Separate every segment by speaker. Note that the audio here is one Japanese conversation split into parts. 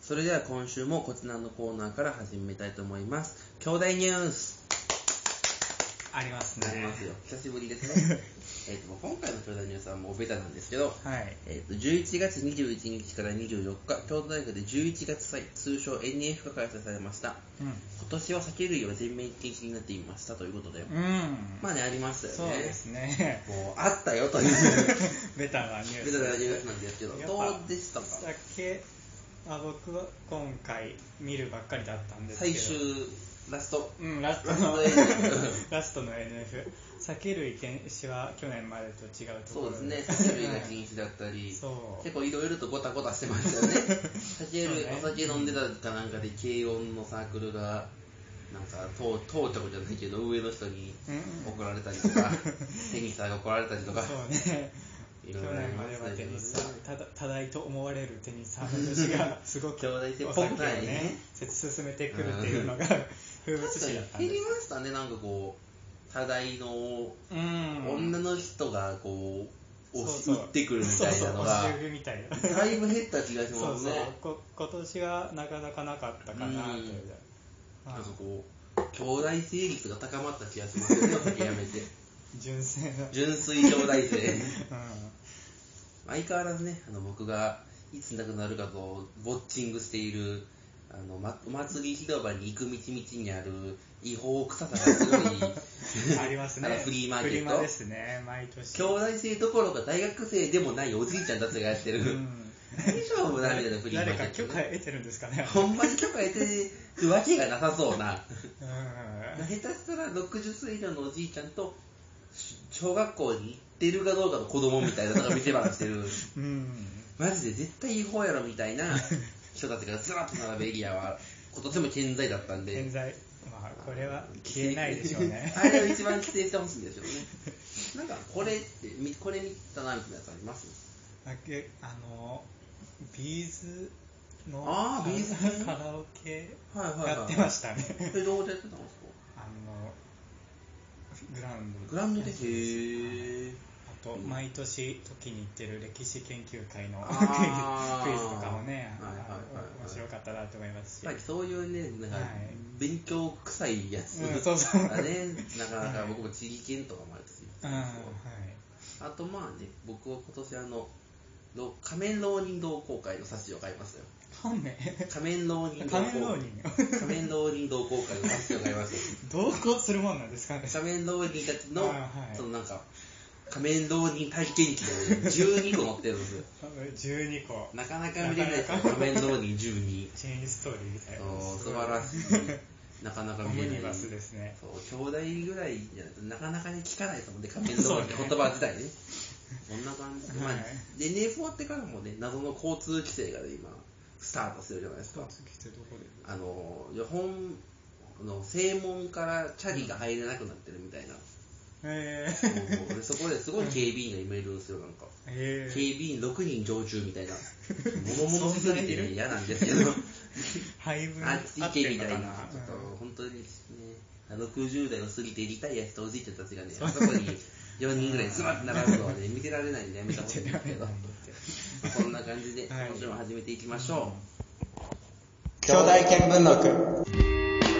Speaker 1: それでは今週もこちらのコーナーから始めたいと思います兄弟ニュース
Speaker 2: ありますね
Speaker 1: なりますよ久しぶりです ねえっと今回の兄弟ニュースはもうベタなんですけど、
Speaker 2: はい
Speaker 1: えっと11月21日から24日京都大学で11月祭通称 NF が開催されました
Speaker 2: う
Speaker 1: 今年は酒類は全面禁止になっていましたということで、
Speaker 2: んうん、
Speaker 1: まあねありました
Speaker 2: そう
Speaker 1: よね
Speaker 2: です ね
Speaker 1: もうあったよという
Speaker 2: ベタなニュー
Speaker 1: ベ
Speaker 2: ス
Speaker 1: タなニュースなんですけど
Speaker 2: やっ
Speaker 1: ど
Speaker 2: ぱ
Speaker 1: うでしたか
Speaker 2: 酒あ僕は今回見るばっかりだったんですけ
Speaker 1: 最
Speaker 2: ど
Speaker 1: 終ラスト
Speaker 2: うんラストの
Speaker 1: ラスト NF
Speaker 2: ラストの NF 酒類禁止は去年までと違うとこ
Speaker 1: そ
Speaker 2: ろ
Speaker 1: う ですね酒類が禁止だったり
Speaker 2: 止そう
Speaker 1: 結構いろいろとごたごたしてました よね酒類
Speaker 2: そうね
Speaker 1: お酒飲んでたかなんかで軽音のサークルがなんか当当直じゃないけど上の人に
Speaker 2: うんうん
Speaker 1: 怒られたりと かテニスさんが怒られたりとか
Speaker 2: そうね
Speaker 1: い
Speaker 2: 去
Speaker 1: ろいろあり
Speaker 2: 年ま
Speaker 1: ましたよね
Speaker 2: ではテニスただ多大と思われるテニスさんの女子 がすごく
Speaker 1: 兄弟生っぽ
Speaker 2: お酒を
Speaker 1: くない
Speaker 2: ね進めてくるっていうのが風物
Speaker 1: 確か
Speaker 2: 詩だったん
Speaker 1: に減
Speaker 2: で
Speaker 1: り
Speaker 2: す
Speaker 1: ましたねなんかこう多大の
Speaker 2: うん
Speaker 1: 女の人がこう押し
Speaker 2: そう
Speaker 1: 打
Speaker 2: そう
Speaker 1: ってくるみたいなのが
Speaker 2: そうそう押し売りみたいな
Speaker 1: だいぶ減った気がし
Speaker 2: そ
Speaker 1: ま
Speaker 2: う
Speaker 1: す
Speaker 2: そう
Speaker 1: ね
Speaker 2: こ今年はなかなかなかったかなっていう
Speaker 1: な
Speaker 2: まあ
Speaker 1: んかこう兄弟生率が高まった気がしますよねお酒やめて
Speaker 2: 純正な
Speaker 1: 純粋兄弟生
Speaker 2: う
Speaker 1: 相変わらずねあの僕がいつ亡くなるかとウォッチングしているあの、ま、お祭り広場に行く道々にある違法臭さがすごい
Speaker 2: ん ありますね
Speaker 1: あのフリーマーケット
Speaker 2: フリマですね毎年
Speaker 1: 兄弟生どころか大学生でもないおじいちゃんたちがやってる、
Speaker 2: うん
Speaker 1: 大丈夫だみたいなフリーマ
Speaker 2: 誰
Speaker 1: ーケ
Speaker 2: か
Speaker 1: ッ
Speaker 2: 許
Speaker 1: ト
Speaker 2: 可得てるんですかね
Speaker 1: ほんまに許可得てるわけがなさそうな
Speaker 2: うん
Speaker 1: 下手したら60歳以上のおじいちゃんとし小学校に行ってるかどうかの子供みたいなのが見せ場してる
Speaker 2: うん
Speaker 1: マジで絶対違法やろみたいな人たちがずらっと並ぶエリアは今年も健在だったん
Speaker 2: 現
Speaker 1: で
Speaker 2: 在まあこれは消えないでしょうね
Speaker 1: あれを一番規制してほしいんでしょうねなんかこれってみこれ見たなみたいなやつあります
Speaker 2: あけあのビーズの
Speaker 1: あービーズ
Speaker 2: カラオケ
Speaker 1: はいはいはい
Speaker 2: やってましたね
Speaker 1: えどこでやってたんですか
Speaker 2: あのグラウンド
Speaker 1: グラウンドでへー
Speaker 2: あと毎年時に行ってる歴史研究会のクイズ
Speaker 1: あー
Speaker 2: クイズとかもね、
Speaker 1: はいはいはいはい
Speaker 2: あの面白かったなと思いますし、
Speaker 1: やっぱりそういうねなんか
Speaker 2: はい
Speaker 1: 勉強臭いやつ
Speaker 2: うんそうそう
Speaker 1: が ねなかなか
Speaker 2: はい
Speaker 1: 僕も地域研とかもあるし
Speaker 2: うんはい、
Speaker 1: あとまあね僕は今年あのろ仮面浪人同好会の冊子を買いましたよ
Speaker 2: 本名
Speaker 1: 仮面浪人同好
Speaker 2: 仮面浪
Speaker 1: 会
Speaker 2: 人
Speaker 1: 仮面浪人同好会の冊子を買いまし
Speaker 2: 同行するもんなんですかね
Speaker 1: たよ仮面浪人たちの、
Speaker 2: あはい
Speaker 1: そのなんか仮面浪人体験記がね12個載ってるんです よ
Speaker 2: 12個
Speaker 1: なかなか見れないですよ
Speaker 2: なかなか
Speaker 1: 仮面浪人12
Speaker 2: チェーンストーリーみたいな
Speaker 1: そう素晴らし いなかなか
Speaker 2: オ
Speaker 1: 見
Speaker 2: ム
Speaker 1: れ
Speaker 2: ニ
Speaker 1: な
Speaker 2: バ
Speaker 1: い
Speaker 2: スですね
Speaker 1: そう兄弟ぐらいじゃないとなかなかね聞かないですもんね仮面浪人って
Speaker 2: そうね
Speaker 1: 言葉自体ね そんな感じ、まあ
Speaker 2: はい
Speaker 1: で NF 終わってからもね謎の交通規制がね今スタートするじゃないですか
Speaker 2: どこで
Speaker 1: あのいや本あの正門からチャリが入れなくなってるみたいな、
Speaker 2: え
Speaker 1: そう
Speaker 2: ー、
Speaker 1: そう でそこですごい警備員が今いるんですよなんか
Speaker 2: え
Speaker 1: 警備
Speaker 2: ー、
Speaker 1: 員6人常駐みたい な物々しすぎてね嫌なんですけど
Speaker 2: 配分
Speaker 1: あっち行けみたいな、ち
Speaker 2: 合
Speaker 1: ょっ
Speaker 2: ってんの
Speaker 1: と
Speaker 2: かな
Speaker 1: 本当にね、60代を過ぎてリタイアしたおじいちゃんたちがね、あそこに4人ぐらいずらっと並ぶのはね、 見てられないんでやめた方がいいんですけど、 そんな感じで、
Speaker 2: はい
Speaker 1: 今週も始めていきましょう。
Speaker 2: 兄弟見聞録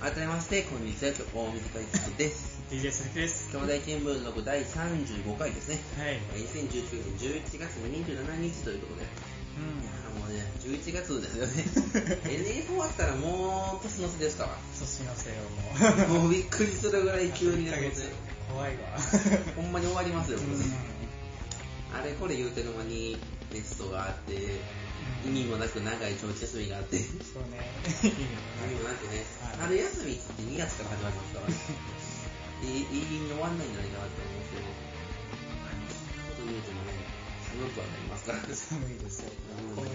Speaker 1: 改めまして、こんにちは、大水海一です。
Speaker 2: DJ 鈴木です
Speaker 1: 兄弟見聞録第35回ですね。
Speaker 2: はい、
Speaker 1: 2019年11月27日ということで、
Speaker 2: うん、
Speaker 1: もうね、11月ですよ ね。NF 終わったらもう年の瀬ですか
Speaker 2: 年のせよ
Speaker 1: ら。
Speaker 2: もう
Speaker 1: もうびっくりするぐらい急にね
Speaker 2: 1ヶ月怖いわ
Speaker 1: ほんまに終わりますよ、
Speaker 2: うん
Speaker 1: あれこれ言うてる間にテストがあって、意味もなく長い長期休みがあって、意味
Speaker 2: そうね意味
Speaker 1: もなくね、
Speaker 2: はい
Speaker 1: 春休みって2月から始まりますから、いいいに終わんないんじゃないかなって思うんですけど、そういうとね、寒くはなります から、行
Speaker 2: 寒いですよ
Speaker 1: うん
Speaker 2: こういう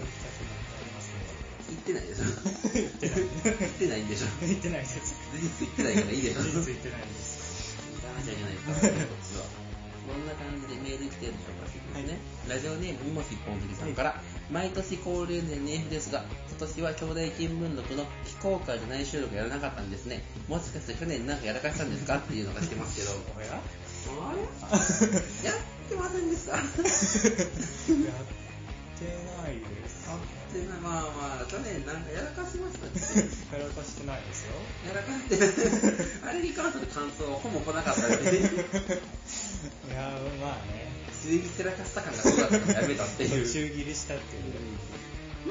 Speaker 1: っ
Speaker 2: 企画
Speaker 1: てないで しょ。
Speaker 2: になってますね
Speaker 1: 行ってないんでしょ。
Speaker 2: 行ってないです
Speaker 1: 事実行ってないからいいでしょ。行
Speaker 2: 事実行ってないです
Speaker 1: かなきゃいけないですから、こっちは。こんな感じでメール来てるの紹介していきますね、ラジオネームみもし一本釣りさんから、毎年恒例の NF ですが今年は兄弟見聞録の非公開じゃない収録やらなかったんですねもしかして去年なんかやらかしたんですかっていうのが来てますけど
Speaker 2: おや
Speaker 1: あれやってませんでした
Speaker 2: やってないです
Speaker 1: あってなまあまあ去年なんかやらかしましたっけ
Speaker 2: やらかしてないですよ
Speaker 1: やらかしてあれに関する感想はほぼ来なかったの で
Speaker 2: いやまあね
Speaker 1: 中に散らかした感がすごかったからやめたっていう
Speaker 2: 途中切りしたっていう、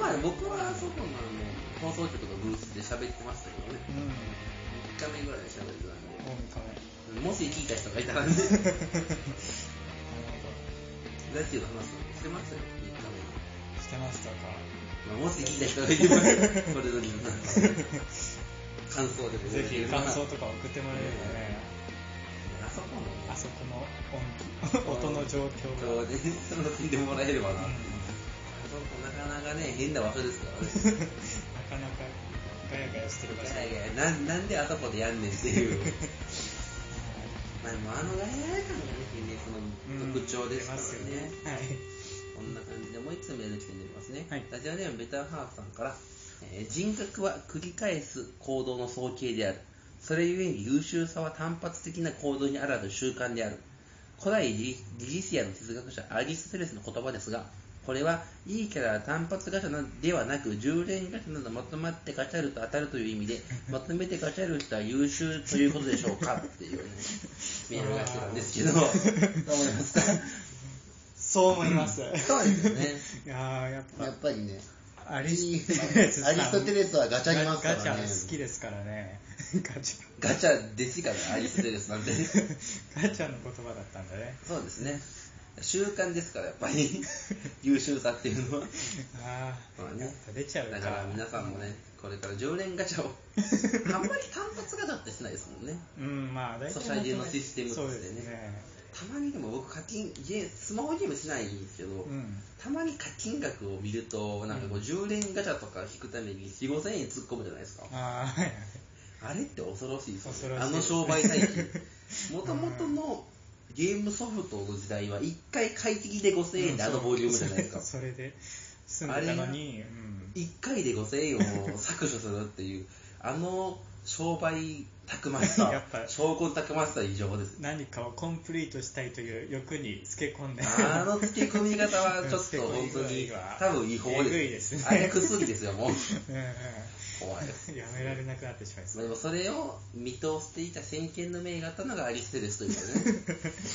Speaker 1: まあ僕はそこのあの放送局のブースで喋ってましたけどね
Speaker 2: うん
Speaker 1: 1日目ぐらいで喋ってたん
Speaker 2: 本カ
Speaker 1: で
Speaker 2: メ
Speaker 1: もし聞いた人がい たらねラ
Speaker 2: な
Speaker 1: ジオの話もしてましたよ3日
Speaker 2: るほどしてましたか
Speaker 1: 目まあもし聞いた人がいればそれぞれの感想でござい
Speaker 2: ぜ
Speaker 1: ます
Speaker 2: ひ感想とか送ってもらえればね
Speaker 1: あそこの
Speaker 2: あそこの音音の状況
Speaker 1: 今
Speaker 2: が
Speaker 1: 日で楽しんでもらえればなっていうあそこなかなかね変な場所ですからね
Speaker 2: なかなかガヤガヤしてる場所
Speaker 1: いやいやなんなんであそこでやんねんっていうまあでもあのガヤガヤ感がねその特徴ですからね、
Speaker 2: うん出ますよはい
Speaker 1: こんな感じでもう一つメール来てますね、
Speaker 2: はい
Speaker 1: ラジオネームベターハーフさんから、えー人格は繰り返す行動の総計であるそれゆえに優秀さは単発的な行動にあらず習慣である古代ギリギリシアの哲学者アリストテレスの言葉ですがこれはいいキャラは単発ガチャなではなく10連ガチャなどまとまってガチャると当たるという意味でまとめてガチャる人は優秀ということでしょう かっていうねメールが来てたんですけどどう思いますか
Speaker 2: そう思います
Speaker 1: そうですよね
Speaker 2: いやーやっ
Speaker 1: やっぱりね
Speaker 2: ぱアリストテレスさん
Speaker 1: アリストテレスはガチャいますからね
Speaker 2: ガガチャ好きですからねガチャ
Speaker 1: ガチャですからアリストテレスなんで そ
Speaker 2: ガチャの言葉だったんだね
Speaker 1: うですね習慣ですからやっぱ り優秀さっていうのは
Speaker 2: ああ、
Speaker 1: まあね
Speaker 2: やっぱ出ちゃう
Speaker 1: だから皆さんもねこれから常連ガ チャをあんまり単発ガチャってしないですもんね
Speaker 2: うんまあ大体
Speaker 1: ソシャゲのシステムとしてね
Speaker 2: そうですね
Speaker 1: たまにでも僕課金ゲースマホゲームしないんですけど、
Speaker 2: うん
Speaker 1: たまに課金額を見るとなんかこう10連ガチャとか引くために4 5千円突っ込むじゃないですか
Speaker 2: ああはい
Speaker 1: あれって恐ろしいですよね。あ
Speaker 2: 恐ろ
Speaker 1: の
Speaker 2: しい
Speaker 1: 商売 体験。もともとのゲームソフトの時代は、一回買い切りで5000円であのボリュームじゃないですか。
Speaker 2: それで済んでたのに、
Speaker 1: 一回で5000円を削除するっていう、あの商売たくましさ
Speaker 2: やっぱ、
Speaker 1: 証拠のたくましさ異常です
Speaker 2: う。ん、何かをコンプリートしたいという欲につけ込んで
Speaker 1: あの付け込み方はちょっと
Speaker 2: うん
Speaker 1: 本当
Speaker 2: 付け込み
Speaker 1: に
Speaker 2: 具合は
Speaker 1: 多分違法
Speaker 2: えぐい
Speaker 1: で
Speaker 2: ですね
Speaker 1: す。あれ薬ですよ、もう。
Speaker 2: うんうん
Speaker 1: 怖いです。
Speaker 2: やめられなくなってしまいそ
Speaker 1: ま
Speaker 2: う
Speaker 1: あ、でもそれを見通していた先見の明があったのがアリステレスというね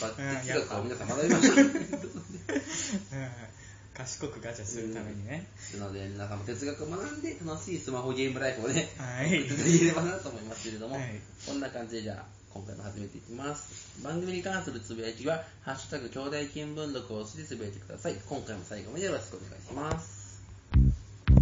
Speaker 1: やっ ぱ哲学を皆さん学びましょう
Speaker 2: うん賢くガチャするためにね、
Speaker 1: なので皆さんも哲学を学んで楽しいスマホゲームライフをね
Speaker 2: はい
Speaker 1: 送っていただければなと思いますけれども、
Speaker 2: はい
Speaker 1: こんな感じでじゃあ今回も始めていきます番組に関するつぶやきは「ハッシュタグ兄弟見聞録」をしてつぶやいてください今回も最後までよろしくお願いします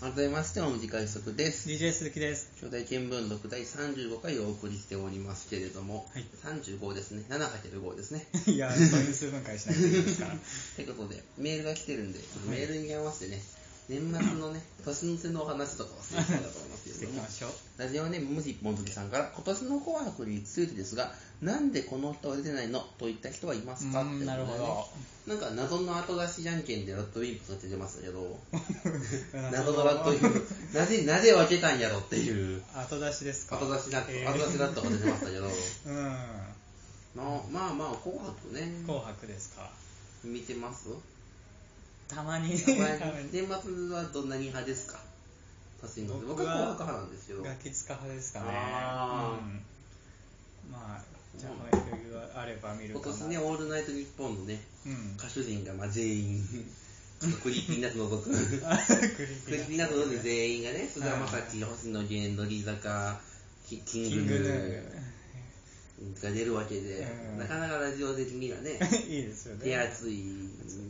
Speaker 1: 改めましてお短い速です
Speaker 2: DJ 鈴木です
Speaker 1: 兄弟見聞録第35回をお送りしておりますけれども、
Speaker 2: はい
Speaker 1: 35ですね 7×5 ですね
Speaker 2: いやそういう数分解しないといけないですから
Speaker 1: ということでメールが来てるんでメールに合わせてね年末のね年の瀬のお話とかをしていきたいなと思いますけ
Speaker 2: し
Speaker 1: れ
Speaker 2: てい
Speaker 1: ど
Speaker 2: き
Speaker 1: も
Speaker 2: ましょう
Speaker 1: ラジオネームむじ一本好きさんから今年の紅白についてですがなんでこの人は出てないのといった人はいますか
Speaker 2: う
Speaker 1: っ
Speaker 2: ん
Speaker 1: てことでね
Speaker 2: なるほど
Speaker 1: なんか謎の後出しじゃんけんでラッドウィンプが出てましたけ ど謎
Speaker 2: 謎
Speaker 1: の
Speaker 2: の
Speaker 1: ラッドウィンプなぜなぜ分けたんやろっていう
Speaker 2: 後出しですか
Speaker 1: 後出しラッド、
Speaker 2: えー
Speaker 1: 後出しラッドが出てましたけど
Speaker 2: う
Speaker 1: まあまあまあ紅白ね
Speaker 2: ん紅白ですか
Speaker 1: 見て ます
Speaker 2: たまに
Speaker 1: お前年末はどんなに派ですか年の僕
Speaker 2: 僕は
Speaker 1: は紅白派なんですよ
Speaker 2: ガキ使派ですかね、
Speaker 1: あー
Speaker 2: うん、まあじゃあ余裕があれば見る
Speaker 1: 今
Speaker 2: かな
Speaker 1: 年ね「オールナイトニッポン」のね
Speaker 2: うん
Speaker 1: 歌手陣がまあ全 員ちょっとクリーピーナッツ除くク
Speaker 2: あクリ
Speaker 1: リーピーナッツ除く全員がね菅田将暉星野源乃木坂キキ
Speaker 2: キン
Speaker 1: ング
Speaker 2: グヌ
Speaker 1: ヌ
Speaker 2: ー
Speaker 1: ーが出るわけで
Speaker 2: うん
Speaker 1: なかなかラジオ的にはね
Speaker 2: いいですよね
Speaker 1: 手厚い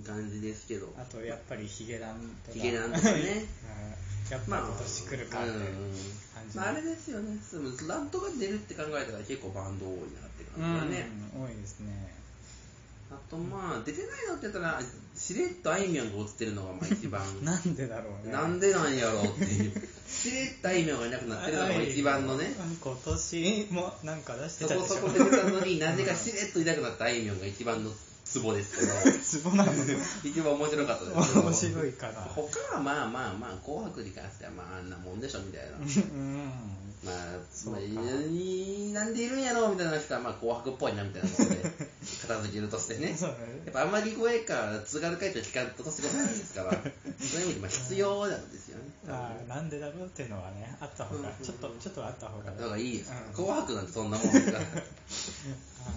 Speaker 1: 感じですけど
Speaker 2: あとやっぱりヒゲダンとか
Speaker 1: ヒゲダンとかね
Speaker 2: うんやっぱ今年来るかっていう感じ
Speaker 1: まあ、あれですよねでもラッドが出るって考えたら結構バンド多いなって
Speaker 2: う
Speaker 1: 感じだ
Speaker 2: ん
Speaker 1: ね、
Speaker 2: 多いですね
Speaker 1: あとまあ出てないのって言ったらしれっとあいみょんが映ってるのがまあ一番
Speaker 2: なんでだろうね
Speaker 1: なんでなんやろうっていうしれっとあいみょんがいなくなってるのが一番のね
Speaker 2: 今年もなんか出して
Speaker 1: そ
Speaker 2: たでし
Speaker 1: こ
Speaker 2: ょ
Speaker 1: そこ出てたのになぜかしれっといなくなったあいみょんが一番のツボですけ ど
Speaker 2: ツボなの
Speaker 1: 一番面白かったですけど
Speaker 2: 面白いかな
Speaker 1: 他はまあまあまあ紅白に関してはまああんなもんでしょみたいな
Speaker 2: うん
Speaker 1: まあ、
Speaker 2: そう
Speaker 1: ま
Speaker 2: か
Speaker 1: あ、いなんでいるんやろみたいな人は、まあ、紅白っぽいなみたいなこと で片付けるとしてね。
Speaker 2: そうだね
Speaker 1: やっぱあんまり声から津軽海峡聞かんと年越さないですから、そういう意味でまあ必要なんですよね。
Speaker 2: あーなんでだろうっていうのはねあった方が
Speaker 1: うん
Speaker 2: ちょっとちょっとあった方が
Speaker 1: だからいいです。
Speaker 2: うん
Speaker 1: 紅白なんてそんなもん ですから。
Speaker 2: は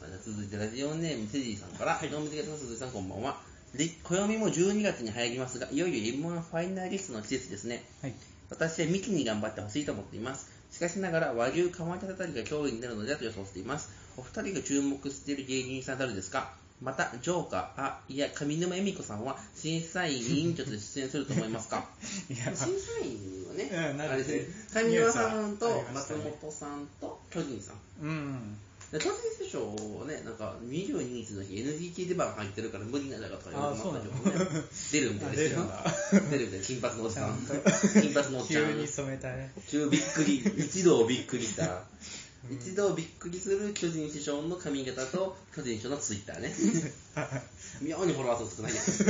Speaker 1: まあじゃあ続いてラジオネームテディさんから、どうもテディさん、鈴井さんこんばんは。で、暦も12月に入りますが、いよいよ M1 ファイナリストの季節ですね。
Speaker 2: い
Speaker 1: 私はミキに頑張ってほしいと思っています。しかしながら和牛かまたたたりが脅威になるのではと予想しています。お二人が注目している芸人さんは誰ですかまた、ジョーカー、あ、いや、上沼恵美子さんは審査員委員長として出演すると思いますか
Speaker 2: いや
Speaker 1: 審査員はね、
Speaker 2: うんなる
Speaker 1: あれですね、上沼さんと
Speaker 2: ニュースはありまし
Speaker 1: 松
Speaker 2: たね
Speaker 1: 本さんと巨人さん。
Speaker 2: うん
Speaker 1: で巨人師匠をね、なんか22日の日 NGK 出番入ってるから無理なんだかとか言われてましたけどね、出るみたいですよ
Speaker 2: あ 出るん。だ
Speaker 1: 出るみたい、金髪のおじさん
Speaker 2: ちゃんと、
Speaker 1: 金髪のおっちゃん。
Speaker 2: 急に染めた ね
Speaker 1: 急びっくり一度びっくりした一度びっくりする巨人師匠の髪型と巨人師匠のツイッターね妙にフォロワー数少ないです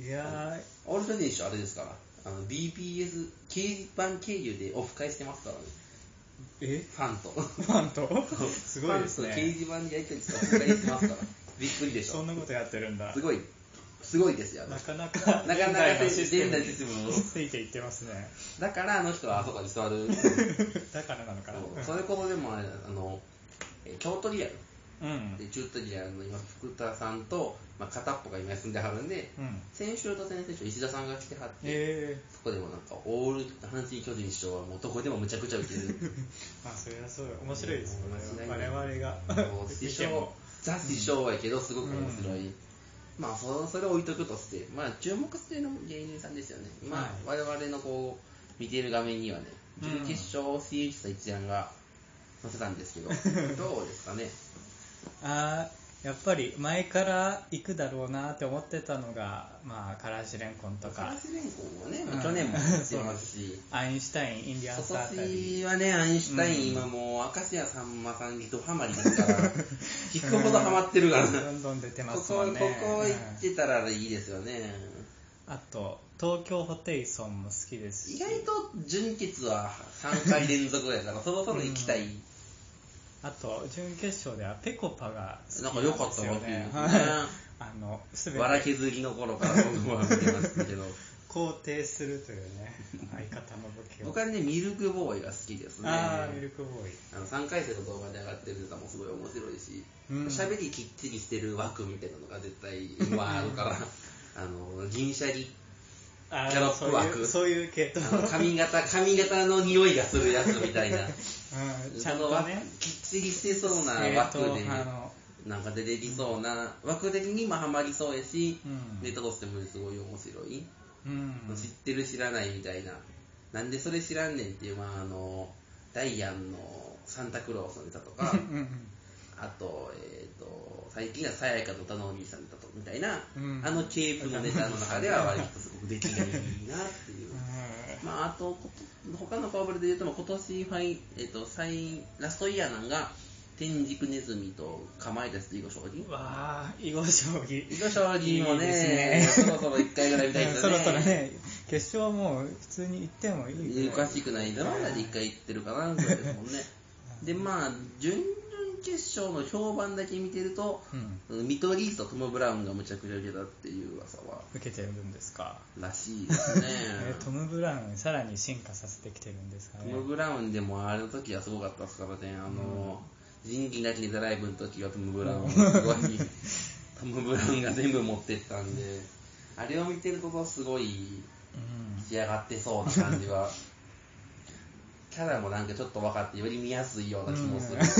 Speaker 2: いや
Speaker 1: 俺巨人師匠あれですからあの BPS 掲示板経由でオフ会してますからね
Speaker 2: ーえ
Speaker 1: ファンと
Speaker 2: ファンとすごいです
Speaker 1: ファンと掲
Speaker 2: ね
Speaker 1: 示板でやり取りしてオフ会してますからびっくりでし
Speaker 2: そ
Speaker 1: ょ
Speaker 2: んなことやってるんだ
Speaker 1: すごいすごいですよあの
Speaker 2: な
Speaker 1: 人
Speaker 2: かなか
Speaker 1: なかなか
Speaker 2: 現
Speaker 1: 現代のシステムを
Speaker 2: ついていってます ね
Speaker 1: だからあの人はあそこに座 る
Speaker 2: だからなのかな
Speaker 1: そうそれこそでもあれあのえー京都リアル
Speaker 2: うんうん
Speaker 1: で中途リアルの今福田さんと、まあ、片っぽが今休んではるんで
Speaker 2: うん
Speaker 1: 先週と先々週石田さんが来てはって
Speaker 2: え
Speaker 1: そこでもなんかオール阪神・巨人師匠はもうどこでもむちゃくちゃウケ る
Speaker 2: えまあそれはそう面白いです
Speaker 1: 間違
Speaker 2: ね
Speaker 1: い
Speaker 2: 我
Speaker 1: ない
Speaker 2: 々が
Speaker 1: もう師
Speaker 2: 見 て
Speaker 1: 匠
Speaker 2: も
Speaker 1: ザ師匠やけどすごく面白い、まあそそれを置いとくとしてまあ注目してるのも芸人さんですよね今、
Speaker 2: は
Speaker 1: 我
Speaker 2: い
Speaker 1: 々のこう見ている画面にはね
Speaker 2: うん
Speaker 1: 準決勝進出した一覧が載せたんです けどどうですかね
Speaker 2: あーやっぱり前から行くだろうなって思ってたのがまあからしれんこんと
Speaker 1: カ
Speaker 2: か
Speaker 1: ラス連合はね、ま
Speaker 2: うん
Speaker 1: あ、去年もやってますし、
Speaker 2: アインシュタインインディアンスあた
Speaker 1: 今
Speaker 2: り
Speaker 1: 年はね、アインシュタイン、
Speaker 2: うん
Speaker 1: 今もう、明石家さんまさんにドハマりです から、引くほどハマってるから、
Speaker 2: うん
Speaker 1: こ
Speaker 2: どんどん出て
Speaker 1: こ、
Speaker 2: ま
Speaker 1: こ
Speaker 2: す
Speaker 1: こ
Speaker 2: も
Speaker 1: 行っ
Speaker 2: んね
Speaker 1: てたらいいですよね。
Speaker 2: うんあと東京ホテイソンも好きです
Speaker 1: 意
Speaker 2: し
Speaker 1: 外と準決は3回連続や から、そろそろ行きたい。
Speaker 2: あと準決勝ではぺこぱが
Speaker 1: なんか
Speaker 2: 好きな
Speaker 1: 良か
Speaker 2: んで
Speaker 1: った
Speaker 2: す
Speaker 1: わ
Speaker 2: よ
Speaker 1: けで
Speaker 2: ね
Speaker 1: す
Speaker 2: はい
Speaker 1: ね。
Speaker 2: あのすべ
Speaker 1: わら
Speaker 2: て
Speaker 1: 削りの頃から僕は見てましたけど、
Speaker 2: 肯定するという ね相方の武器を
Speaker 1: 僕はね、ミルクボーイが好きですね。
Speaker 2: ああミルクボーイ
Speaker 1: あの3回生の動画で上がってるネタもすごい面白いし
Speaker 2: うん
Speaker 1: 喋、りきっちりしてる枠みたいなのが絶対今あるからあの銀シャリ
Speaker 2: あー
Speaker 1: キャロットワーク
Speaker 2: そういうそういう系
Speaker 1: あ
Speaker 2: 統
Speaker 1: の髪型髪型の匂いがするやつみたい な
Speaker 2: うんちゃん
Speaker 1: その
Speaker 2: と
Speaker 1: 枠
Speaker 2: ね
Speaker 1: きっちりしてそうな枠
Speaker 2: 正
Speaker 1: で
Speaker 2: 統派の
Speaker 1: なんか出てきそうな枠的にもハマりそうやし、
Speaker 2: うん
Speaker 1: ネタとしてもすごい面白い、
Speaker 2: うん
Speaker 1: 知ってる知らないみたいななんでそれ知らんねんっていう、まあ、あのダイアンのサンタクロースのネタと か
Speaker 2: うんうん
Speaker 1: あと、えー、と最近はさやかの歌のお兄さんだとみたいな、
Speaker 2: うん
Speaker 1: あのケープのネタの中では割とすごく出来がいいなっていうう、
Speaker 2: ん
Speaker 1: まあ、あとこと他の顔ぶれで言うとも今年ファイ、えー、と最ラストイヤーなんが天竺ネズミとかまいたちと囲碁将棋
Speaker 2: うわあ囲碁将棋
Speaker 1: 囲碁将棋もね
Speaker 2: いいです
Speaker 1: そ
Speaker 2: ね
Speaker 1: ろそろ1回ぐらい見たいで
Speaker 2: うん
Speaker 1: す
Speaker 2: そ
Speaker 1: よね
Speaker 2: ろそろね決勝はもう普通に行ってもいいぐらい
Speaker 1: おかしくないだろうなで1回行ってるかなぐらいですもんねでまあ準々決勝の評判だけ見てると、
Speaker 2: うん
Speaker 1: 見取り図とトム・ブラウンがむちゃくちゃ受けたっていう噂は
Speaker 2: 受けてるんですから
Speaker 1: しいですね
Speaker 2: えートム・ブラウンさらに進化させてきてるんですか
Speaker 1: ト
Speaker 2: ね
Speaker 1: ム・ブラウンでもあれの時はすごかったですからねあの、仁義なきネタライブの時はトム・ブラウンがすごいトム・ブラウンが全部持ってったんであれを見てるとすごい
Speaker 2: うん
Speaker 1: 仕上がってそうな感じはキャラもなんかちょっと分かってより見やすいような気もする、
Speaker 2: うん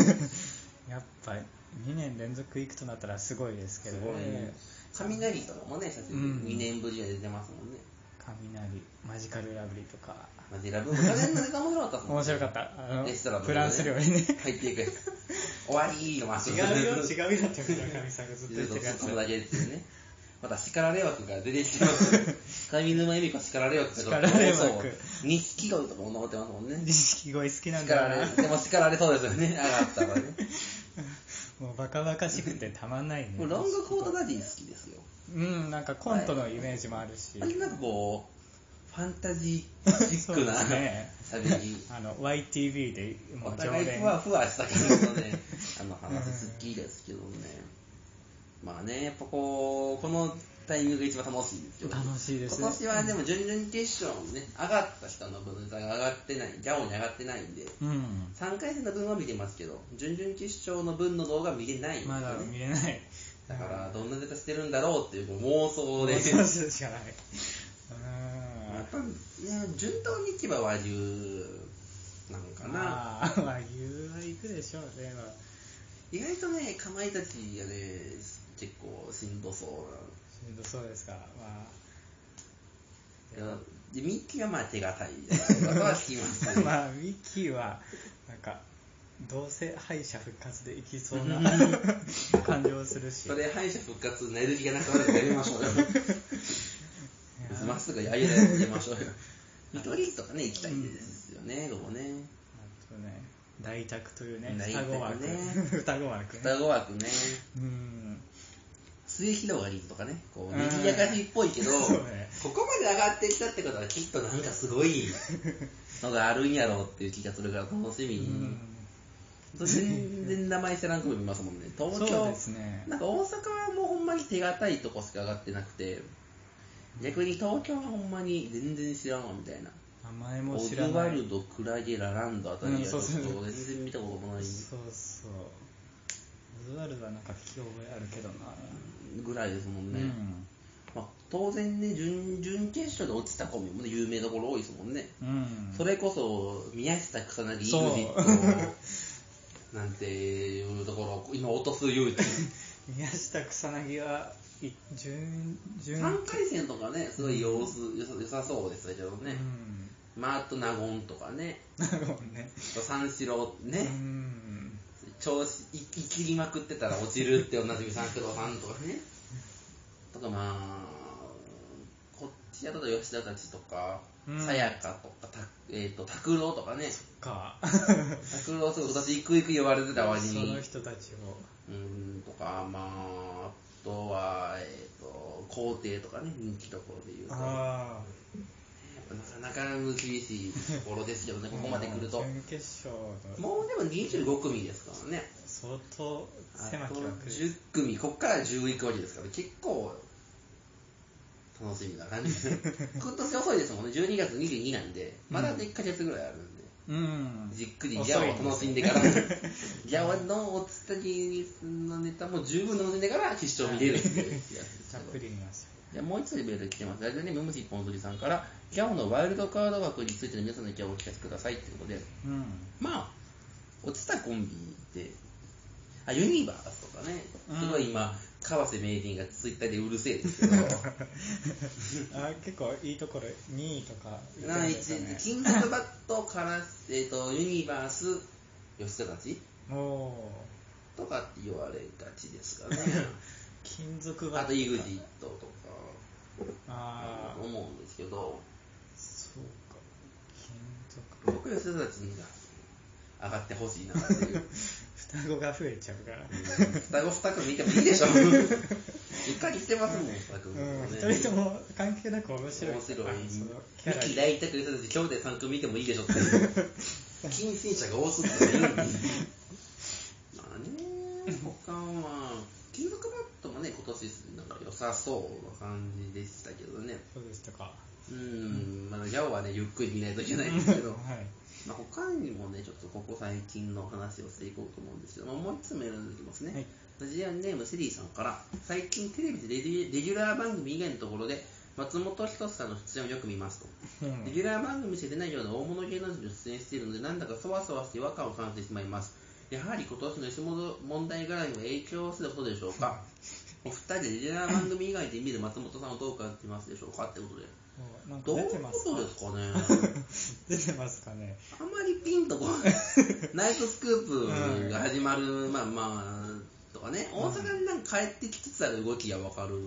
Speaker 2: やっぱ2年連続行くとなったらすごいですけ
Speaker 1: す
Speaker 2: ど
Speaker 1: ごいね
Speaker 2: ね
Speaker 1: 雷とかもね久しぶり
Speaker 2: うん
Speaker 1: に2年ぶりは出てますもんね、
Speaker 2: 雷マジカルラブリーとか
Speaker 1: マジラブ昔のネタ面白かったっすもん
Speaker 2: 面白かったあの
Speaker 1: レストランのね
Speaker 2: フランス料理ね
Speaker 1: 入っていくやつ終わりのマス
Speaker 2: 違うよ、違うよって村上さんがずっ
Speaker 1: ず
Speaker 2: と言
Speaker 1: っ
Speaker 2: っ
Speaker 1: と
Speaker 2: てる やつ
Speaker 1: そ。れだけですよね。また、叱られ枠が出てきて ます。上沼恵美子叱られ枠とか、
Speaker 2: 叱られ枠
Speaker 1: そう錦鯉とかも残ってますもんね。
Speaker 2: 錦鯉好きなん
Speaker 1: 叱
Speaker 2: だ
Speaker 1: ら
Speaker 2: な
Speaker 1: れ、でも叱られそうですよ ね。上がったらね。
Speaker 2: もうバカバカしくてたまんないね
Speaker 1: もうロングコートダディ好きですよ。
Speaker 2: うんなんかコントのイメージもあるし、
Speaker 1: あれなんかこう、ファンタジーチックな
Speaker 2: そ うですね
Speaker 1: 喋り。
Speaker 2: あの YTV でも
Speaker 1: お
Speaker 2: う常
Speaker 1: 互い
Speaker 2: 連
Speaker 1: ふわふわした感じのね、あの話好きですけどね。まあね、やっぱこう、このタイミングが一番楽しいですよね。
Speaker 2: 楽しいです
Speaker 1: 今年はでも準々決勝もね、上がった人の分が上がってない、ギャオに上がってないんで、
Speaker 2: うん
Speaker 1: 3回戦の分は見てますけど、準々決勝の分の動画は見れないんですよ
Speaker 2: まだ
Speaker 1: ね。
Speaker 2: 見れない
Speaker 1: だから、どんなネタしてるんだろうっていう妄想で。
Speaker 2: そうするしかない
Speaker 1: やっぱね、順当にいけば和牛なんか
Speaker 2: うん
Speaker 1: な。
Speaker 2: まあ和牛は行くでしょうねまあ
Speaker 1: 意外とね、かまいたちがね、結構しんどそう
Speaker 2: しんどそうですからま
Speaker 1: な。いやで、ミッキーはまあ手 堅いみたいなことは聞きます
Speaker 2: あ
Speaker 1: ね。
Speaker 2: まあミキはなんかどうせ敗者復活でいきそう な感じをするし
Speaker 1: それ敗者復活のエネルギーがなくなるからやめまし ょうよ。
Speaker 2: いや
Speaker 1: まっすぐやめやめましょうよ。見取り図とかね、行きたいですよね、ここね。
Speaker 2: あとね、大宅というね、
Speaker 1: 大
Speaker 2: 双
Speaker 1: 宅ね
Speaker 2: 子 枠。双子枠ね。
Speaker 1: 双子枠ね、
Speaker 2: うん。
Speaker 1: 末広がりとかね、こう、
Speaker 2: うん
Speaker 1: 賑やかしっぽいけど、こ
Speaker 2: そうね
Speaker 1: こまで上がってきたってことはきっとなんかすごいのがあるんやろうっていう気がするから楽しみ
Speaker 2: う
Speaker 1: に。
Speaker 2: ん
Speaker 1: 全然名前知らんくも見ますもんね東京
Speaker 2: そうですね。
Speaker 1: なんか大阪はもうほんまに手堅いとこしか上がってなくて逆に東京はほんまに全然知らんわみたいな
Speaker 2: 名前も
Speaker 1: オ
Speaker 2: 知
Speaker 1: ズ
Speaker 2: らな
Speaker 1: ワ
Speaker 2: い。
Speaker 1: ルドクラゲラランドあたりはちょっと
Speaker 2: うんそうそう
Speaker 1: 全然見たこともない
Speaker 2: そうそう。オズワルドはなんか聞き覚えあるけどな。
Speaker 1: ぐらいですもん
Speaker 2: う
Speaker 1: ね、
Speaker 2: ん。
Speaker 1: まあ、当然ね準準決勝で落ちたコンビもね有名どころ多いですもんね、
Speaker 2: うん。
Speaker 1: それこそ宮下草薙 EXIT
Speaker 2: そう
Speaker 1: なんていうところ今落とす勇気
Speaker 2: 宮下草薙は、い順、順、
Speaker 1: 3回戦とかね、すごい様子良さ良さそうでしたけど
Speaker 2: う
Speaker 1: ね、
Speaker 2: ん。
Speaker 1: マート・ナゴンとかね、
Speaker 2: なるほどね。
Speaker 1: 三四郎
Speaker 2: う
Speaker 1: ね、
Speaker 2: ん。
Speaker 1: 調子い生きりまくってたら落ちるっておなじみ三四郎さんとかね、とかまあ、こっちやったと吉田たちとか
Speaker 2: うん、
Speaker 1: さやかとか、たえー、と拓郎とかね、
Speaker 2: か。
Speaker 1: 拓郎すごい私、行く行く言われてた割
Speaker 2: そ
Speaker 1: に
Speaker 2: の、人たちを。
Speaker 1: うん、とか、まあ、あとは、えー、と皇帝とかね、人気ところで言うと。
Speaker 2: ああ。
Speaker 1: なかなか厳しいところですけどね、ここまで来ると。
Speaker 2: 準決勝の
Speaker 1: もうでも25組ですからね。
Speaker 2: 相当
Speaker 1: あ
Speaker 2: 狭き
Speaker 1: と
Speaker 2: 枠
Speaker 1: 10組、こっから10いくわけですから、結構楽しみな感じ。今年遅いですもんね、12月22なんで、まだ1ヶ月ぐらいあるんで、
Speaker 2: うん
Speaker 1: じっくりギャオを楽しんでから、ギャオのお伝えのネタも十分楽しんでから決勝見れるっていうやつ です
Speaker 2: たっぷり見ますよ
Speaker 1: いやもう一つメール来てます。ラジオネームムチポンズリさんから、ギャオのワイルドカード枠についての皆さんの意見をお聞かせくださいってことで、
Speaker 2: うん
Speaker 1: まあ、落ちたコンビって、あ、ユニバースとかね、すごい今、川瀬名人がツイッターでうるせえです けど、
Speaker 2: あ結構いいところ2位とか行っ
Speaker 1: なん
Speaker 2: てるん
Speaker 1: 一
Speaker 2: ですよね
Speaker 1: キングズバットから、えっ、と、ユニバース、吉田たち
Speaker 2: おー
Speaker 1: とかって言われがちです かね。
Speaker 2: 金属
Speaker 1: あ
Speaker 2: バッ
Speaker 1: と、
Speaker 2: ト
Speaker 1: イグジットとか
Speaker 2: あ、あ
Speaker 1: 思うんですけど、
Speaker 2: そうか金属
Speaker 1: 僕吉田たちに上がってほしいなっていう。
Speaker 2: 双子が増えちゃうから
Speaker 1: 双子二組見てもいいでしょしっかりしてますもん二組も
Speaker 2: うん
Speaker 1: ね
Speaker 2: 2人とも関係なく面白い
Speaker 1: 面白い
Speaker 2: あそのキャラ
Speaker 1: ミキ大体という人たち兄弟三組見てもいいでしょって近親者が多すぎて ねまあね他は金属バットもね今年なんか良さそうな感じでしたけどね
Speaker 2: そうでしたか
Speaker 1: うんまあギャオはねゆっくり見ないといけないんですけど
Speaker 2: はい
Speaker 1: まあ他にもね、ちょっとここ最近の話をしていこうと思うんですけど、まあ、もう一つメールいきますね、
Speaker 2: はい
Speaker 1: ラジアンネームセリーさんから、最近テレビでレギュレギュラー番組以外のところで、松本人志さんの出演をよく見ますと、
Speaker 2: うん
Speaker 1: レギュラー番組して出ないような大物芸能人の出演しているので、なんだかそわそわして違和感を感じてしまいます。やはり今年の吉本問題絡みも影響することでしょうか。お二人でレギュラー番組以外で見る松本さんをどう感じますでしょうかってことで。
Speaker 2: うなんか
Speaker 1: どう
Speaker 2: 出
Speaker 1: いう
Speaker 2: て
Speaker 1: こ
Speaker 2: ます
Speaker 1: と
Speaker 2: か
Speaker 1: ですかね
Speaker 2: 出てますかね
Speaker 1: あんまりピンとこない ナイトスクープが始まる、まあまあとかね大阪になんか帰ってきつつある動きが分かる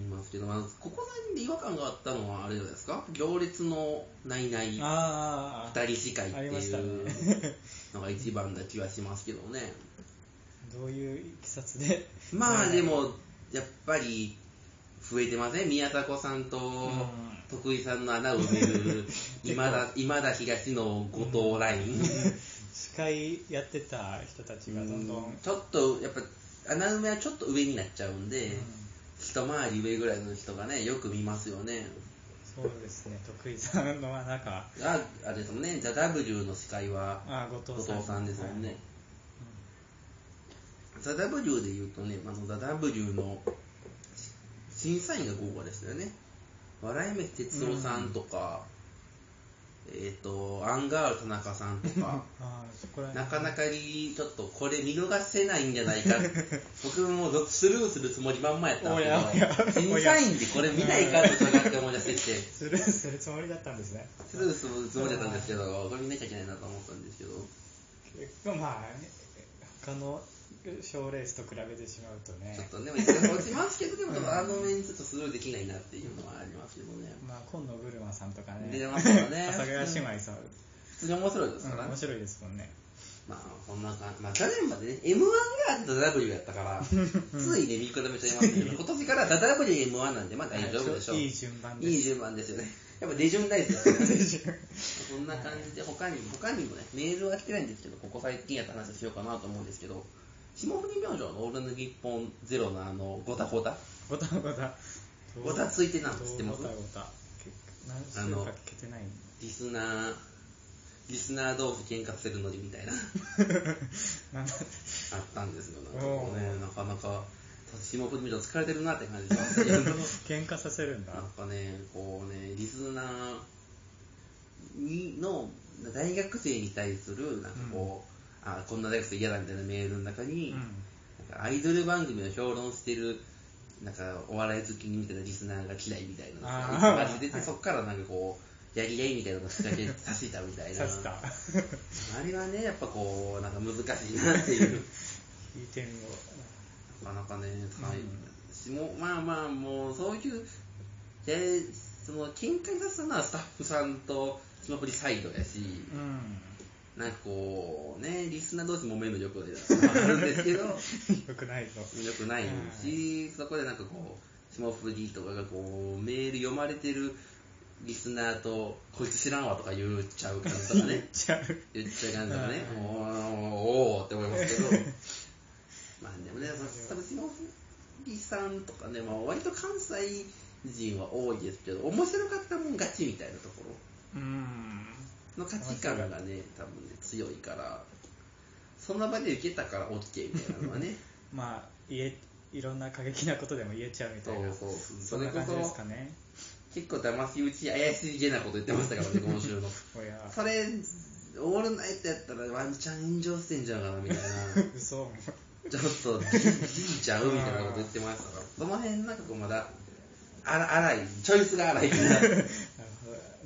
Speaker 1: いますけど、まあ、ここら辺で違和感があったのはあれじゃないですか行列のないない二
Speaker 2: ああ
Speaker 1: 人司会って
Speaker 2: ありまし
Speaker 1: い
Speaker 2: たね
Speaker 1: うのが一番な気はしますけどね
Speaker 2: どういういきさつで
Speaker 1: まあ
Speaker 2: はい
Speaker 1: でもやっぱり増えてません宮田子さんと
Speaker 2: ん
Speaker 1: 徳井さんの穴を埋め る今田今田東の後藤ライン、
Speaker 2: 司会やってた人たちがどんどん、
Speaker 1: ちょっとやっぱ穴埋めはちょっと上になっちゃうんで、
Speaker 2: うん
Speaker 1: 一回り上ぐらいの人がねよく見ますよね
Speaker 2: そうですね徳井さんのはなんか
Speaker 1: ああれですもんね「ザ・ w の司会は
Speaker 2: あ後
Speaker 1: 後
Speaker 2: 藤さん
Speaker 1: 藤さんですもんね、ザ・ w で言うとねあのザ・ w の審査員が豪華でしたよね笑い飯哲夫さんとか、えっ、とアンガール田中さんとか
Speaker 2: ああそこら
Speaker 1: なかな
Speaker 2: か
Speaker 1: かにちょっとこれ見逃せないんじゃないか僕もスルーするつもりまんまやったん
Speaker 2: おやおや
Speaker 1: ですけど審査員でこれ見ないかとかって思い出してきて
Speaker 2: スルーするつもりだったんですね
Speaker 1: スルーするつもりだったんですけどこれ見なきゃいけないなと思ったんですけど
Speaker 2: 結構まあ他の賞レースと比べてしまうとね
Speaker 1: ちょっとね一応落ちますけどでもあの面ちょっとスルーできないなっていうのはありますけどね
Speaker 2: まあ今野ブルマさんとかね
Speaker 1: 出ますよね
Speaker 2: 阿佐ヶ谷姉妹さん、
Speaker 1: 普通に面白いですから
Speaker 2: うん
Speaker 1: ね
Speaker 2: 面白いですもんね
Speaker 1: まあこんな感じまあ去年までね m 1がダダブ W やったからついね見比べちゃいますけど今年からダダブ W m 1なんでまあ大丈夫でしょう
Speaker 2: いい順番です
Speaker 1: いい順番ですよね。やっぱ出順大事ですよね。そ
Speaker 2: 順
Speaker 1: んな感じで、他にも、他にもね、メールは来てないんですけど、ここ最近やった話をしようかなと思うんですけど、霜降り明星のオールナイトニッポンゼロのあの、ごたごた。
Speaker 2: ごたごた
Speaker 1: ごたついてなんて知ってます
Speaker 2: ごたごた結何週か聞けて ない
Speaker 1: リスナー、リスナー同士喧嘩するのにみ たいな、
Speaker 2: なんだ
Speaker 1: あったんですよ。なんか
Speaker 2: お
Speaker 1: ね、
Speaker 2: ー
Speaker 1: なかなか、霜降り明星疲れてるなって感じしますけど。
Speaker 2: 喧嘩させるんだ
Speaker 1: なんかね、こうね、リスナーにの大学生に対する、なんかこう、あこんな大学生嫌だみたいなメールの中に、
Speaker 2: う
Speaker 1: なんかアイドル番組を評論してる、なんかお笑い好きみたいなリスナーが嫌いみたいなの
Speaker 2: あー
Speaker 1: が出て、そっからなんかこう、やり合いみたいなのを仕掛けさせたみたい
Speaker 2: ん、
Speaker 1: な。
Speaker 2: 刺した
Speaker 1: あれはね、やっぱこう、なんか難しいなっていう。
Speaker 2: 聞いてみよ
Speaker 1: なかなかね、大変もまあまあ、もうそういう、で、その喧嘩に出すのはスタッフさんと霜降りサイドやし、
Speaker 2: ううん
Speaker 1: なんかこう、ね、リスナー同士揉めるのよくあるんですけど、よ
Speaker 2: よくないぞ
Speaker 1: くないし、そこでなんかこう、霜降りとかがこう、メール読まれてるリスナーと、こいつ知らんわとか言っちゃう感じとか ね。
Speaker 2: ちゃう
Speaker 1: 言っちゃいかんからね、
Speaker 2: うん
Speaker 1: おーおーって思いますけど、まあでもね、その下杉さんとかね、まあ、割と関西人は多いですけど、面白かったもん勝ちみたいなとこ
Speaker 2: うん
Speaker 1: ろの価値観がね、多分ね、強いから、その場で受けたから OK みたいなのはね、
Speaker 2: まあ言えいろんな過激なことでも言えちゃうみたいな
Speaker 1: そうそう
Speaker 2: そんな感じですかね
Speaker 1: 結構騙し討ち怪しげなこと言ってましたからね、今週の。
Speaker 2: おや
Speaker 1: それ、オールナイトやったらワンチャン炎上してんじゃんかなみたいな。
Speaker 2: 嘘
Speaker 1: ちょっとじじいちゃうみたいなこと言ってましたから、その辺なんかこうまだ、あら荒い、チョイスが荒いから、聞い
Speaker 2: なるほど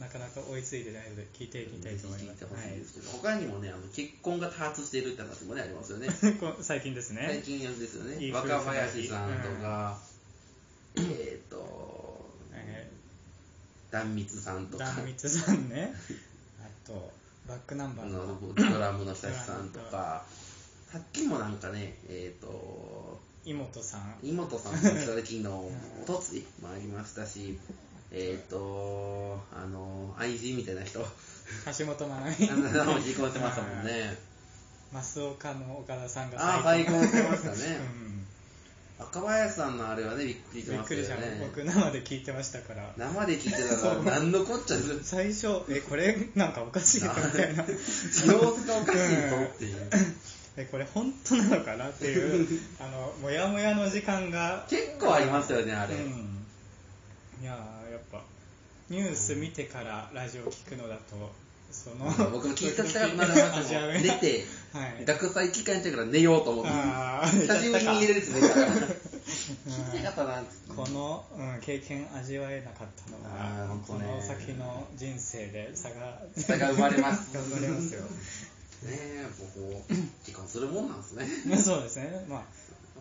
Speaker 2: なかなか追いついてないので聞いていきたいと思いま
Speaker 1: て
Speaker 2: す
Speaker 1: ほしいですけど、他にもね、あの結婚が多発してるって話もね、ありますよね。
Speaker 2: はいこ最近です
Speaker 1: 最
Speaker 2: ね
Speaker 1: 近ですよ
Speaker 2: いい
Speaker 1: ね、
Speaker 2: 夫婦
Speaker 1: 若林さんとか、えっ、と、
Speaker 2: え
Speaker 1: 壇蜜さんと
Speaker 2: ー
Speaker 1: か、
Speaker 2: 壇蜜さんねあとバックナン
Speaker 1: あ
Speaker 2: バーの
Speaker 1: のドラムの久志さんとか、さっきもなんかね、えっ、と、
Speaker 2: 妹さん
Speaker 1: 妹さんの働きのおとついもありましたし、えっ、と、あの、愛人みたいな 人、あ
Speaker 2: 橋本まなみ
Speaker 1: の、離婚してましたもんね。
Speaker 2: 増岡の岡田さんが
Speaker 1: ああ、
Speaker 2: 最
Speaker 1: 再
Speaker 2: 近
Speaker 1: 婚してましたね。
Speaker 2: うん
Speaker 1: 赤林さんのあれはね、びっくりし
Speaker 2: びっ
Speaker 1: ま
Speaker 2: く
Speaker 1: す
Speaker 2: り
Speaker 1: よ
Speaker 2: したね
Speaker 1: ね。
Speaker 2: 僕生で聞いてましたから
Speaker 1: 生で聞いてたら、何のこっちゃず、
Speaker 2: 最初えこれなんかおかしいなみたいな
Speaker 1: 様子がおかしいぞっていう。
Speaker 2: えこれ本当なのかなっていうあのモヤモヤの時間が
Speaker 1: 結構ありますよね、あれ。
Speaker 2: うんいやーやっぱニュース見てからラジオ聞くのだとその
Speaker 1: 僕も聞いちゃったよ、 まだま
Speaker 2: 味わ
Speaker 1: だ。
Speaker 2: え
Speaker 1: 出て、
Speaker 2: はい
Speaker 1: 学祭期間中から寝ようと思って、
Speaker 2: あー
Speaker 1: 久しぶりに寝れるやつ寝たから。聞いてなかったな、
Speaker 2: この、うん、経験味わえなかったの
Speaker 1: あー
Speaker 2: が、
Speaker 1: 本当
Speaker 2: こ
Speaker 1: ね
Speaker 2: の先の人生で差が
Speaker 1: 差が生まれます
Speaker 2: 差が生まれますよ
Speaker 1: ねえここ時間するもんなんですね
Speaker 2: そうですねまあ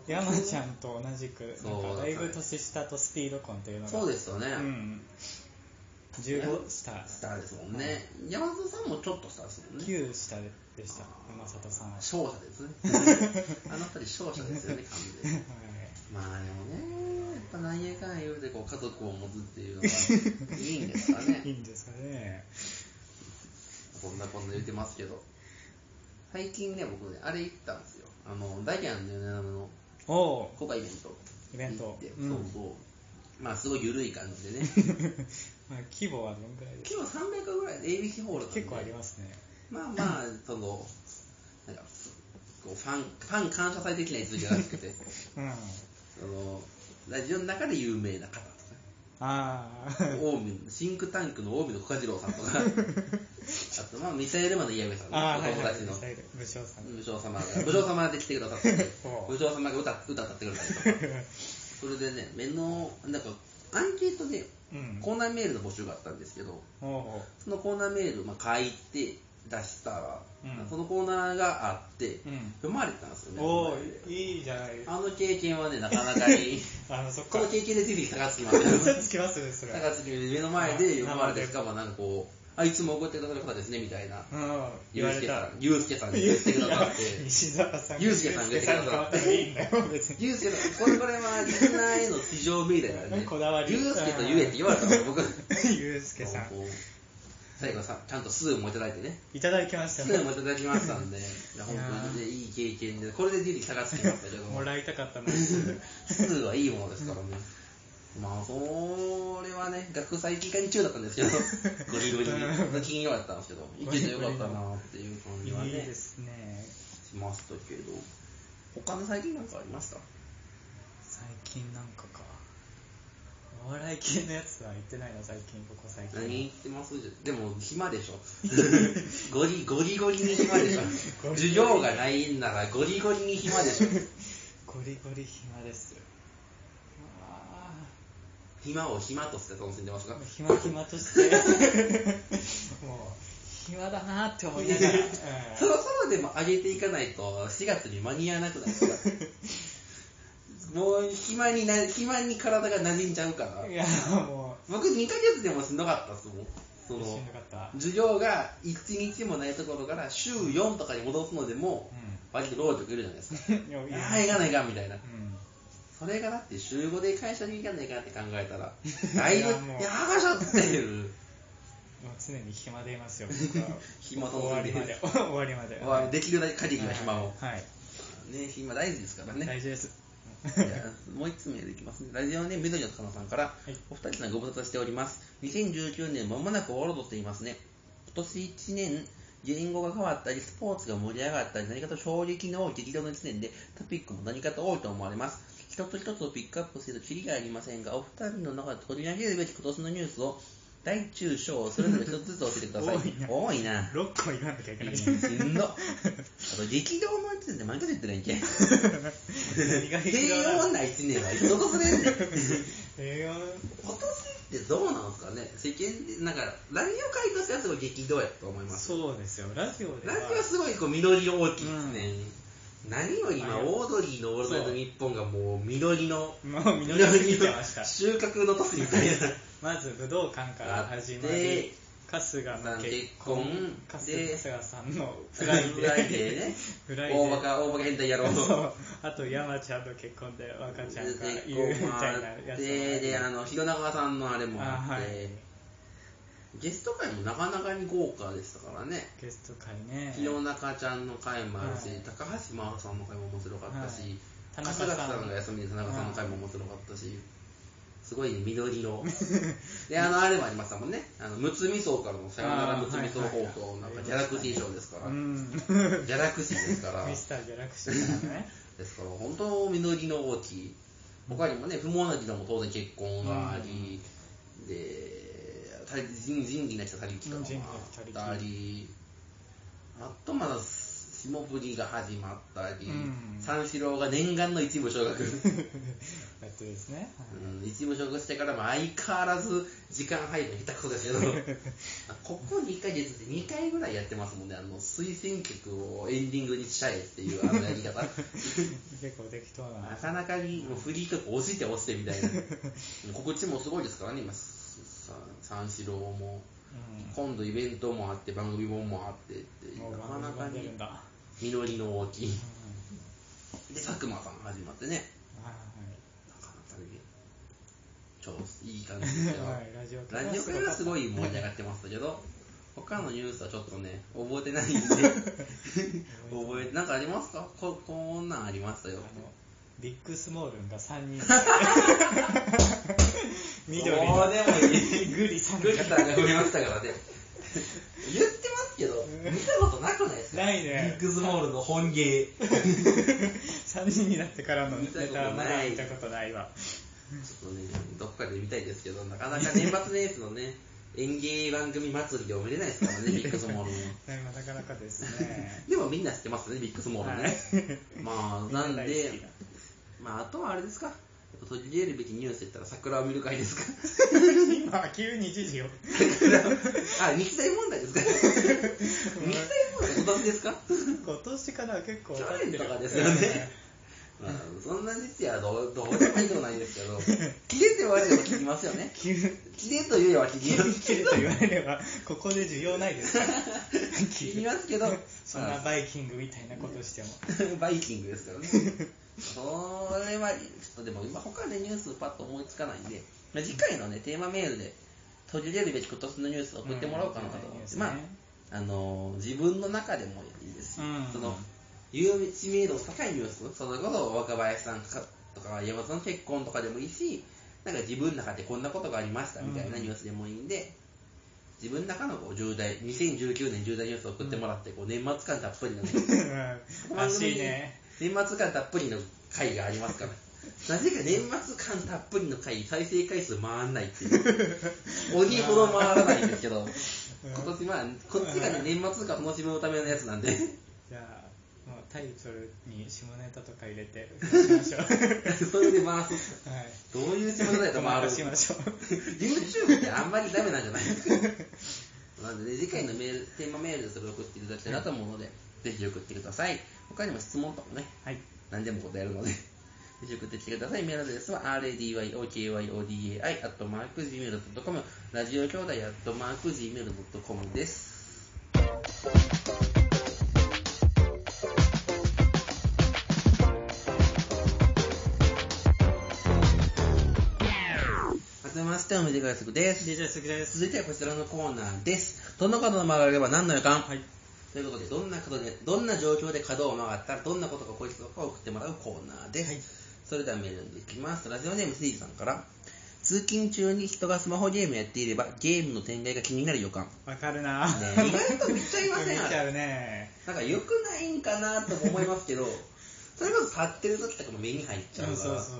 Speaker 2: 山ちゃんと同じく
Speaker 1: そう
Speaker 2: なんかだいぶ年下とスピード婚というのが
Speaker 1: そうですよね、
Speaker 2: うん、15下
Speaker 1: スターですもんね、山里さんもちょっとスターですもんね
Speaker 2: 9下でした山里さんは、
Speaker 1: 勝者です ねあの二人勝者ですよね完全に
Speaker 2: はい
Speaker 1: まあでもねやっぱなんやかんや言うてこう家族を持つって いうのがいいんですか
Speaker 2: いい
Speaker 1: ね
Speaker 2: んですかね
Speaker 1: こんなこんな言うてますけど最近ね僕ねあれ行ったんですよあのダイアンの米山の
Speaker 2: おお
Speaker 1: 公開イベント
Speaker 2: イベン
Speaker 1: 行っ
Speaker 2: ト
Speaker 1: て、
Speaker 2: うん
Speaker 1: そうそうまあすごい緩い感じで ね
Speaker 2: まあ、規模はどんぐらいです
Speaker 1: 今日300ぐらいで ABC ホールなん
Speaker 2: か
Speaker 1: で
Speaker 2: 結構ありますね
Speaker 1: まあまあ、その、なんか、こうファン、ファン感謝祭的な位置じゃなくて、
Speaker 2: うんあ
Speaker 1: その、ラジオの中で有名な方とか、
Speaker 2: あ ー
Speaker 1: 近江、シンクタンクの近江の小次郎さんと か、あと、まあ、ミサイルマンのイヤメさん、
Speaker 2: あーはい
Speaker 1: お友
Speaker 2: はい
Speaker 1: 達の
Speaker 2: 武将さん
Speaker 1: 武将様が、武将様で来てくださって、
Speaker 2: ほう
Speaker 1: 武将様が歌歌歌ってくれたりとか、それでね、目の、なんか、アンケートで
Speaker 2: うん
Speaker 1: コーナーメールの募集があったんですけど、
Speaker 2: おお
Speaker 1: そのコーナーメール、まあ、書いて出したら、
Speaker 2: うん
Speaker 1: そのコーナーがあって、
Speaker 2: うん
Speaker 1: 読まれてたんですよね。
Speaker 2: おおいいじゃない
Speaker 1: あの経験 はね、なかなかに、
Speaker 2: あのそっ
Speaker 1: こ
Speaker 2: か
Speaker 1: の経験でぜひ高槻まで。
Speaker 2: 嘘つきますね それ
Speaker 1: 高槻目の前で読まれて、しかもなんかこう、あ、いつも怒ってくださる方ですね、みたいな。
Speaker 2: うん
Speaker 1: ゆ
Speaker 2: 言
Speaker 1: う
Speaker 2: わ
Speaker 1: すけ
Speaker 2: れ
Speaker 1: さ
Speaker 2: た
Speaker 1: ん、ゆうすけさんに言ってくださ って。
Speaker 2: いや西澤さん
Speaker 1: ユースケさんが
Speaker 2: ユースケさんが変わったら いいんだよ別に
Speaker 1: ゆうすけさん、これこれはリスナーへの地上命令だよね。
Speaker 2: こだわり
Speaker 1: ゆうすけと言えって言われたの、 僕。
Speaker 2: ユースケさん
Speaker 1: こう最後さ、ちゃんとスーもいただいてね。
Speaker 2: いただきまし
Speaker 1: ス
Speaker 2: た
Speaker 1: ーもいただきましたんで、いや本当にね、いい経験で、これでリリー探してきましたけども
Speaker 2: も。らいたかったも んです
Speaker 1: スーはいいものですからね。まあ、それはね、学祭期間中だったんですけ ど、ゴリゴリの金曜だったんですけど、行けてよかったなっていう感
Speaker 2: い
Speaker 1: じはいね、
Speaker 2: ですね
Speaker 1: しましたけど、他の最近なんかありました
Speaker 2: 最近なんかかお笑い系のやつは行ってないな最近ここ最
Speaker 1: 何言っ
Speaker 2: 近
Speaker 1: てますでも、暇でし ょ。ゴリ、ゴリゴリに暇で しょ。
Speaker 2: ゴリゴリ
Speaker 1: 授業がないんならゴリゴリに暇でしょ。
Speaker 2: ゴリゴリ暇ですあ
Speaker 1: 暇を暇として楽しんでますか
Speaker 2: ー暇暇として もう暇だなって思いながら、うん
Speaker 1: そろそろでも上げていかないと4月に間に合わなくなるから もう暇にな暇に体が馴染んじゃうから
Speaker 2: いやも
Speaker 1: 僕2ヶ月でもしんどかったっすもんそう
Speaker 2: し
Speaker 1: の
Speaker 2: んどかった、うん、
Speaker 1: 授業が1日もないところから週4とかに戻すのでも割と労力いるじゃないですか
Speaker 2: いやいや
Speaker 1: ああ行かないかんみたいな
Speaker 2: うん
Speaker 1: それがだって週5で会社に行かないかんって考え たらだいぶ
Speaker 2: いやもう
Speaker 1: やばしょって いう
Speaker 2: もう常に暇でいますよ僕は
Speaker 1: 暇と
Speaker 2: 終わりまで 終わりまで
Speaker 1: まあできる限りの暇を
Speaker 2: はい、
Speaker 1: ね暇大事ですからね
Speaker 2: 大事です
Speaker 1: い や もう一つ目できますね。ラジオネーム緑のかなさんから、
Speaker 2: い
Speaker 1: お二人さんご無沙汰しております。2019年まもなく終わろうとしていますね。今年1年、言語が変わったり、スポーツが盛り上がったり、何かと衝撃の多い激動の1年で、トピックも何かと多いと思われます。一つ一つをピックアップするとキリがありませんが、お二人の中で取り上げるべき今年のニュースを、大中小、それぞれ一つずつ教えてください。多い な。
Speaker 2: 6個言わなきゃいけ
Speaker 1: う
Speaker 2: なんい
Speaker 1: しんど。あと、激動の1年で毎回言ってないっけ
Speaker 2: 何が必
Speaker 1: 平
Speaker 2: 要な
Speaker 1: 穏
Speaker 2: の
Speaker 1: な一年は一度これんねん今
Speaker 2: 平穏
Speaker 1: 年ってどうなんですかね世間でなんかラジオ界としてはすごい激動やと思います
Speaker 2: そうですよラジオで
Speaker 1: ラ
Speaker 2: は
Speaker 1: ジオはすごいこう実りの大きいですね、何より今
Speaker 2: あれ
Speaker 1: オードリーの「オールナイトニッポン」がもう実りの
Speaker 2: もう実りすぎてました
Speaker 1: 収穫の年みたい な
Speaker 2: まず武道館から始ま
Speaker 1: で
Speaker 2: り春日の結婚
Speaker 1: さん
Speaker 2: 春
Speaker 1: 結婚で
Speaker 2: 日さんのフライデー
Speaker 1: フライデーね
Speaker 2: フライデ
Speaker 1: 大
Speaker 2: ー
Speaker 1: バカ大バカ変態野郎
Speaker 2: そうあと山ちゃんの結婚で若ちゃんがいるみたいなやつ
Speaker 1: でであの弘中さんのあれも
Speaker 2: あ
Speaker 1: あっ
Speaker 2: は
Speaker 1: て、
Speaker 2: い
Speaker 1: ゲスト会もなかなかに豪華でしたからね
Speaker 2: ゲスト会ね
Speaker 1: 清中ちゃんの回もあるし、
Speaker 2: はい
Speaker 1: 高橋真帆さんの回も面白かったし、
Speaker 2: はい田
Speaker 1: 春
Speaker 2: 中
Speaker 1: 日
Speaker 2: さん
Speaker 1: さんが休みで田中さんの回も面白かったし、すごい緑 色であのあれもありましたもんねあのむつみ荘からのさよならむつみ荘放
Speaker 2: あーはい
Speaker 1: 送
Speaker 2: はい
Speaker 1: な
Speaker 2: は
Speaker 1: ん
Speaker 2: い
Speaker 1: かギャラクシー賞ですから、
Speaker 2: うん
Speaker 1: ギャラクシーですから
Speaker 2: ミスターギャラクシーからね
Speaker 1: ですから本当実りの大きい他にもね不毛な議論も当然結婚があり、で他人人義な人他力とかもあったりあとまだ霜降りが始まったり、
Speaker 2: うん
Speaker 1: 三四郎が念願の一部昇格、
Speaker 2: やってですね、はい
Speaker 1: うん、一部昇格してからも相変わらず時間配分下手くそですけど あここ2ヶ月で2回ぐらいやってますもんねあの推薦曲をエンディングにしちゃえっていうあのやり方
Speaker 2: 結構適当な
Speaker 1: なかなかにもうフリー曲押して押してみたい な告知もすごいですからね今さ三四郎も
Speaker 2: う
Speaker 1: 今度イベントもあって番組本もあってって
Speaker 2: んもう
Speaker 1: なか
Speaker 2: 番
Speaker 1: な
Speaker 2: 組
Speaker 1: か
Speaker 2: が出
Speaker 1: に
Speaker 2: るんだ、は
Speaker 1: 実りの大きい
Speaker 2: い
Speaker 1: で佐久間さん始まってね
Speaker 2: は
Speaker 1: なかなかに超いい感じですよ
Speaker 2: い、ラジオ
Speaker 1: ラジオ界はすごい盛り上がってましたけ ど他のニュースはちょっとね覚えてないんで覚えてなんかありますかここんなんありました
Speaker 2: あ
Speaker 1: よ
Speaker 2: のビッグスモールンが3人 緑の
Speaker 1: どうでもいい
Speaker 2: グリさん
Speaker 1: グリさんが増えましたからね言ってますけど見たことなくないですか
Speaker 2: ないね
Speaker 1: ビッグスモールの本芸
Speaker 2: 3人になってからのネタまだ見
Speaker 1: 見
Speaker 2: た
Speaker 1: た
Speaker 2: ことないわ
Speaker 1: ちょっとね、どっかで見たいですけど、なかなか年末年始のね、演芸番組祭りでは見れないですからね、ビッグスモールも。
Speaker 2: なかなかですね
Speaker 1: でもみんな知ってますね、ビッグスモールね。まあ、なん
Speaker 2: み
Speaker 1: で、まあ、あとはあれですか、取り入れるべきニュースって言ったら桜を見る会ですか。
Speaker 2: んな大好きだ今急に時事を
Speaker 1: あ、日大問題ですか。日大問題、今年ですか。
Speaker 2: 今年から結構
Speaker 1: 去
Speaker 2: 経って
Speaker 1: 年
Speaker 2: る
Speaker 1: とかですよね。まあ、そんな時期はどうどうでもいいでもないですけど、 切れて言われれば聞きますよ ね。
Speaker 2: 急に
Speaker 1: 切れと言えば聞きます
Speaker 2: 切ると言われればここで需要ないですから
Speaker 1: 聞きますけど
Speaker 2: そんなバイキングみたいなことしても
Speaker 1: バイキングですからねそれはちょっとでも今他でニュースパッと思いつかないんでまあ次回のねテーマメールで取り入れるべき今年のニュースを送ってもらおうかなと思って、まああのー自分の中でもいいですし、
Speaker 2: うん
Speaker 1: その有名知名度の高いニュースそれこそ若林さんかとか山本さんの結婚とかでもいいしなんか自分の中でこんなことがありましたみたいな
Speaker 2: うん
Speaker 1: ニュースでもいいんで、自分の中のこう重大2019年重大ニュースを送ってもらって、こう年末感たっぷ りのね
Speaker 2: うんらしいね
Speaker 1: 年末感たっぷりの回があります からなぜか年末感たっぷりの回再生回数回んないって いう鬼ほど回らないんですけど今年まあこっちがね年末感楽しむためのやつなんで
Speaker 2: じゃあもうタイトルに下ネタとか入れてそうしましょう
Speaker 1: それで回す
Speaker 2: はい
Speaker 1: どういう仕事だと回る
Speaker 2: し ましょう
Speaker 1: YouTube ってあんまりダメなんじゃない ですかなんで、ね、次回のメールテーマメールでそれを送っていただきたいなと思うので、ぜひ送ってください他にも質問とかね
Speaker 2: はい
Speaker 1: 何でも答えるので、ぜひ送ってきてください。メールアドレスは radyokyodai.gmail.com、ラジオ兄弟 .gmail.com です。はじめまして、おめでとうございますです。
Speaker 2: DJ 鈴木です
Speaker 1: 続いてはこちらのコーナーです。どんな角の曲がれば何の予感、
Speaker 2: はい
Speaker 1: ということで、どんな角で、どんな状況で角を曲がったら、どんなことが起こりそうかを送ってもらうコーナーです。それではメールに行きます。ラジオネームスイーさんから。通勤中に人がスマホゲームやっていれば、ゲームの展開が気になる予感。
Speaker 2: わかるな
Speaker 1: ね意外と見ちゃいません
Speaker 2: 見ちゃうね
Speaker 1: なんか良くないんかなとも思いますけど、 それこそ触ってる時とかも目に入っちゃう
Speaker 2: う
Speaker 1: から、
Speaker 2: んそうそう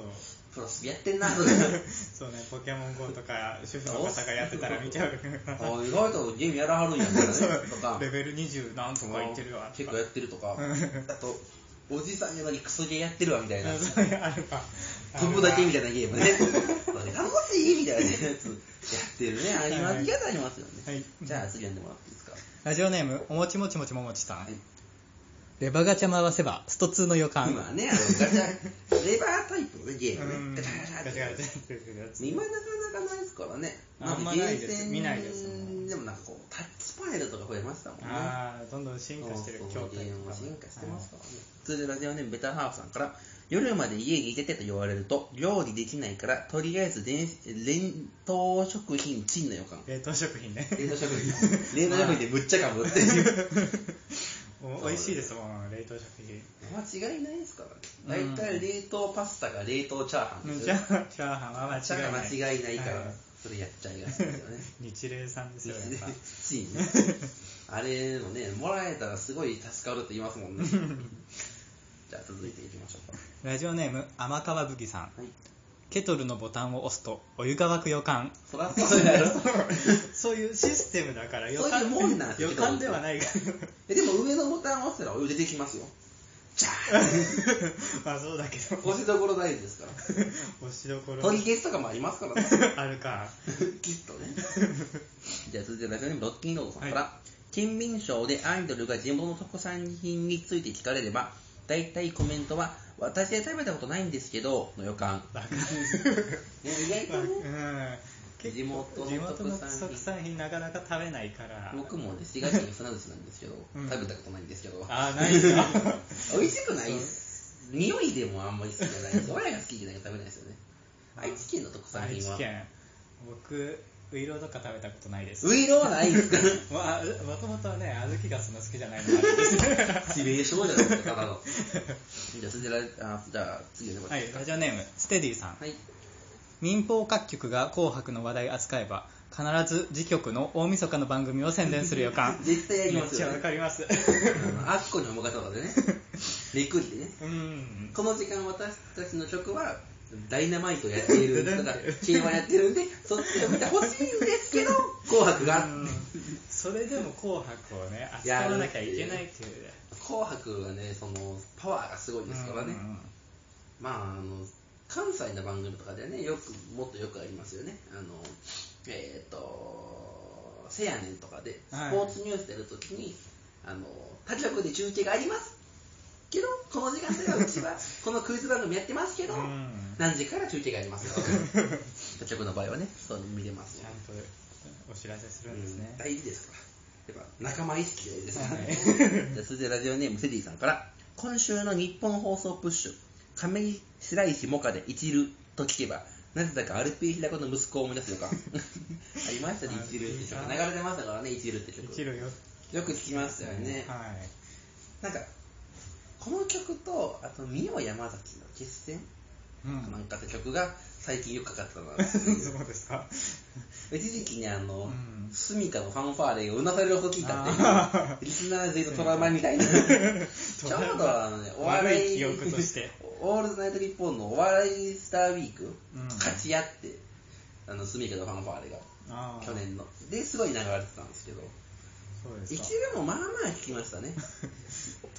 Speaker 1: プロスやってんなと か。
Speaker 2: そうねポケモン GO とか主婦の方がやってたら見ちゃう
Speaker 1: あ意外とゲームやらはるんやみたいなねと か。
Speaker 2: レベル20何とかいってるわ
Speaker 1: 結構やってるとか
Speaker 2: うん
Speaker 1: あとおじさんやのにクソゲーやってるわみたいな
Speaker 2: そういうあるわ
Speaker 1: 飛ぶだけみたいなゲームね楽しいみたいなやつやってるねあります
Speaker 2: はい
Speaker 1: ありがとうありますよね、
Speaker 2: はい
Speaker 1: じゃあ次読んでもらっていいですか
Speaker 2: ラジオネームおもちもちもちももちさ
Speaker 1: は
Speaker 2: ん、
Speaker 1: い
Speaker 2: レバガチャ回せばスト2の予感
Speaker 1: 今ねあのガチ ャレバータイプのねゲー
Speaker 2: う
Speaker 1: ム
Speaker 2: ん
Speaker 1: ね
Speaker 2: ガチャガチャガチャ
Speaker 1: 今
Speaker 2: ってやつ
Speaker 1: なかなかないですからね
Speaker 2: あんまないです
Speaker 1: ゲーセン
Speaker 2: 見ないです
Speaker 1: でもなんかこうタッチパネルとか増えましたもんね
Speaker 2: ああどんどん進化してる
Speaker 1: そう
Speaker 2: 筐
Speaker 1: そう
Speaker 2: 体
Speaker 1: ゲーム
Speaker 2: とか
Speaker 1: も
Speaker 2: も
Speaker 1: 進化してますからね続いてラジオネームベターハーフさんから夜まで家にいててと言われると料理できないからとりあえず電冷凍食品チンの予感
Speaker 2: 冷凍食品ね
Speaker 1: 冷凍食品冷凍食品でむっちゃかぶっていう
Speaker 2: お美味しいですもん冷凍食品
Speaker 1: 間違いないですからね大体冷凍パスタが冷凍チャーハンです
Speaker 2: チャ
Speaker 1: よ
Speaker 2: ーハンチャーハンは間
Speaker 1: チャー
Speaker 2: 違い
Speaker 1: ハ
Speaker 2: ない
Speaker 1: ン間違いないから
Speaker 2: は
Speaker 1: それやっちゃいがちですよ ね
Speaker 2: 日霊さんですよやっぱ
Speaker 1: チンね あれのねもらえたらすごい助かるって言いますも んねじゃあ続いていきましょうか
Speaker 2: ラジオネーム天川吹さん
Speaker 1: はい
Speaker 2: ケトルのボタンを押すとお湯が沸く 予感
Speaker 1: そらそうやろ
Speaker 2: そういうシステムだから予
Speaker 1: そういう
Speaker 2: 感
Speaker 1: もんなんですよ
Speaker 2: 予感ではないが
Speaker 1: えでも上のボタンを押したらお湯出てきますよじゃあ
Speaker 2: まあそうだけど
Speaker 1: 押しどころ大事ですから
Speaker 2: 押しどころ
Speaker 1: 取り消しとかもあります からね
Speaker 2: あるか
Speaker 1: きっとね じゃあ続いてラジオネームロッキンロードさんから、
Speaker 2: は
Speaker 1: 県民賞でアイドルが地元の特産品について聞かれれば大体コメントは「私で食べたことないんですけど」の予感、
Speaker 2: だか
Speaker 1: ね、意外
Speaker 2: ら、
Speaker 1: と
Speaker 2: うん
Speaker 1: ね、
Speaker 2: 結構
Speaker 1: 地元の
Speaker 2: 地元
Speaker 1: 特
Speaker 2: の
Speaker 1: 産品
Speaker 2: 特産品なかなか食べないから
Speaker 1: 僕もね滋賀県船寿なんですけど、
Speaker 2: うん
Speaker 1: 食べたことないんですけど
Speaker 2: ああない んだ
Speaker 1: 美味しくないっす匂いでもあんまり好きじゃないです親が好きじゃないと食べないですよね愛知県の特産
Speaker 2: 愛
Speaker 1: 品
Speaker 2: 知
Speaker 1: は
Speaker 2: 県僕ウイローとか食べたことないです
Speaker 1: ウイロはないんですか
Speaker 2: まあ、もともとはね、小豆がそんな好きじゃないのもあ るんです
Speaker 1: 致命傷じゃないですかただのじゃあ続いてラあじゃあ次の
Speaker 2: はい、ラジオネーム、ステディさん。
Speaker 1: はい。
Speaker 2: 民放各局が紅白の話題扱えば、必ず自局の大晦日の番組を宣伝する予感
Speaker 1: 絶対やりますよ、
Speaker 2: めっちゃわ
Speaker 1: ね、
Speaker 2: か ります。
Speaker 1: あのアッコにお任せとかでねめくりでね
Speaker 2: うん。
Speaker 1: この時間私たちの曲はダイナマイトやっている とかチームやってるんでそっちを見てほしいんですけど「紅白」が
Speaker 2: うんそれでも紅白をね、扱わなきゃいけないっていう。
Speaker 1: 紅白はねそのパワーがすごいですからね、
Speaker 2: うん
Speaker 1: まああの関西の番組とかではねよくもっとよくありますよねあのえっ、と「せやねん」とかでス
Speaker 2: はい
Speaker 1: ポーツニュース出るときに、あの他局で中継がありますけどこの時間帯はうち はこのクイズ番組やってますけど、
Speaker 2: うん
Speaker 1: 何時から中継があります よ他局の場合はねそういうの見れます
Speaker 2: ち
Speaker 1: よ
Speaker 2: ゃんとお知らせす
Speaker 1: う
Speaker 2: るんですね
Speaker 1: ん。大事ですからやっぱ仲間意識がいいですからね
Speaker 2: は い
Speaker 1: じゃあ続いてラジオネームセディさんから今週の日本放送プッシュ上白石萌歌で一流と聞けばなぜだか RP 平子の息子を思い出すのか ありましたね一流って曲流れてましたからね一流って曲
Speaker 2: 一
Speaker 1: よ
Speaker 2: 路よ。
Speaker 1: く聞きましたよね、
Speaker 2: はい。
Speaker 1: なんかこの曲とあと「ミオ山崎の決戦」
Speaker 2: う
Speaker 1: なん
Speaker 2: ん。
Speaker 1: かって曲が最近よくかかったな
Speaker 2: そうですか。
Speaker 1: 一時期ねあの、
Speaker 2: うん
Speaker 1: スミカのファンファーレがうなされるほど聞いたって
Speaker 2: あ
Speaker 1: リスナー全員のトラウマみたいな ちょうどあのねお笑
Speaker 2: 悪
Speaker 1: い
Speaker 2: い記憶として
Speaker 1: オールズナイト日本のお笑いスターウィーク、
Speaker 2: うん
Speaker 1: 勝ち合ってあのスミカのファンファーレが
Speaker 2: あー
Speaker 1: 去年のですごい流れてたんですけど
Speaker 2: そうです
Speaker 1: 一
Speaker 2: か
Speaker 1: 応でもまあまあ聞きましたね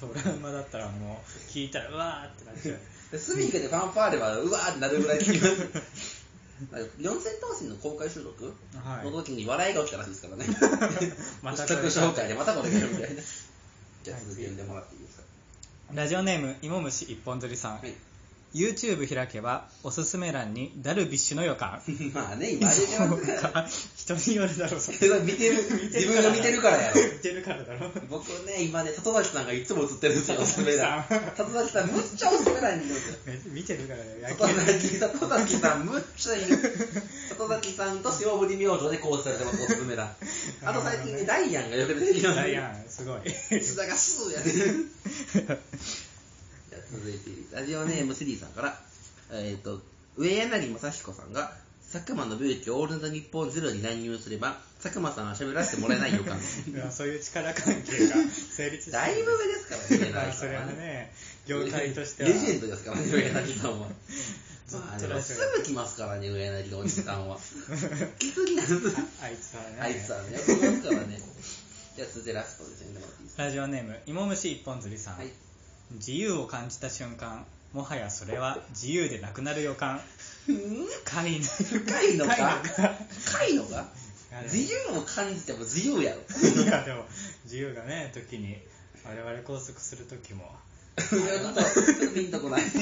Speaker 2: トラウマだったらもう聞いたらうわーってなっちゃう
Speaker 1: でスミカでファンファーレはうわーってなるぐらい聞きましたなんか四千頭身の公開収録
Speaker 2: はい
Speaker 1: の時に笑いが起きたらしいですからね
Speaker 2: また
Speaker 1: 自宅紹介でまたこれがみたいなじゃあ続き読んでもらっていいですか
Speaker 2: ラジオネーム芋虫一本釣りさん、
Speaker 1: はい
Speaker 2: YouTube 開けばおすすめ欄にダルビッシュの予 感
Speaker 1: まあね今あれてますから
Speaker 2: 人によるだろうそれ
Speaker 1: それ見てる自分が見てるからやろ
Speaker 2: 見てるからだろ
Speaker 1: 僕ね今ね里崎さんがいつも映ってるんですよおすすめ欄
Speaker 2: 里崎
Speaker 1: 里崎さんむっちゃおすすめ欄にいるんですよ
Speaker 2: め見てるからよ野
Speaker 1: 里
Speaker 2: 球
Speaker 1: 崎里崎さんむっちゃいる里崎さんと塩振り明星で構成されてますおすすめ 欄あと最近ねダイアンがよく出てきます
Speaker 2: ダイアン すごい
Speaker 1: 須田がスーやね じゃあ続いてラジオネームスリーさんから、えっ、と上柳正彦さんが佐久間の勇気をオールナイトニッポンゼロに乱入すれば佐久間さんは喋らせてもらえない予 感
Speaker 2: いやそういう力関係が成立してる
Speaker 1: だいぶ上ですからね上柳
Speaker 2: まあ
Speaker 1: さ
Speaker 2: そ
Speaker 1: ん
Speaker 2: れはね業界としては
Speaker 1: レジェンドですからね上柳さ んは
Speaker 2: ずっ
Speaker 1: まあ
Speaker 2: と
Speaker 1: でもすぐ来ますからね上柳のおじさん は来すぎなんです
Speaker 2: あいつはね
Speaker 1: あいつはね来ますからねじゃあ続いてラストですねもらっていいですか
Speaker 2: ラジオネーム芋虫一本釣りさん、
Speaker 1: はい
Speaker 2: 自由を感じた瞬間もはやそれは自由でなくなる予感深いな
Speaker 1: 深いのか
Speaker 2: 深いのか
Speaker 1: 深いのか
Speaker 2: あれ
Speaker 1: 自由を感じても自由や ろ
Speaker 2: い やでも自由がね時に我々拘束する時 も
Speaker 1: いやちょっとちょっとピンとこない
Speaker 2: 来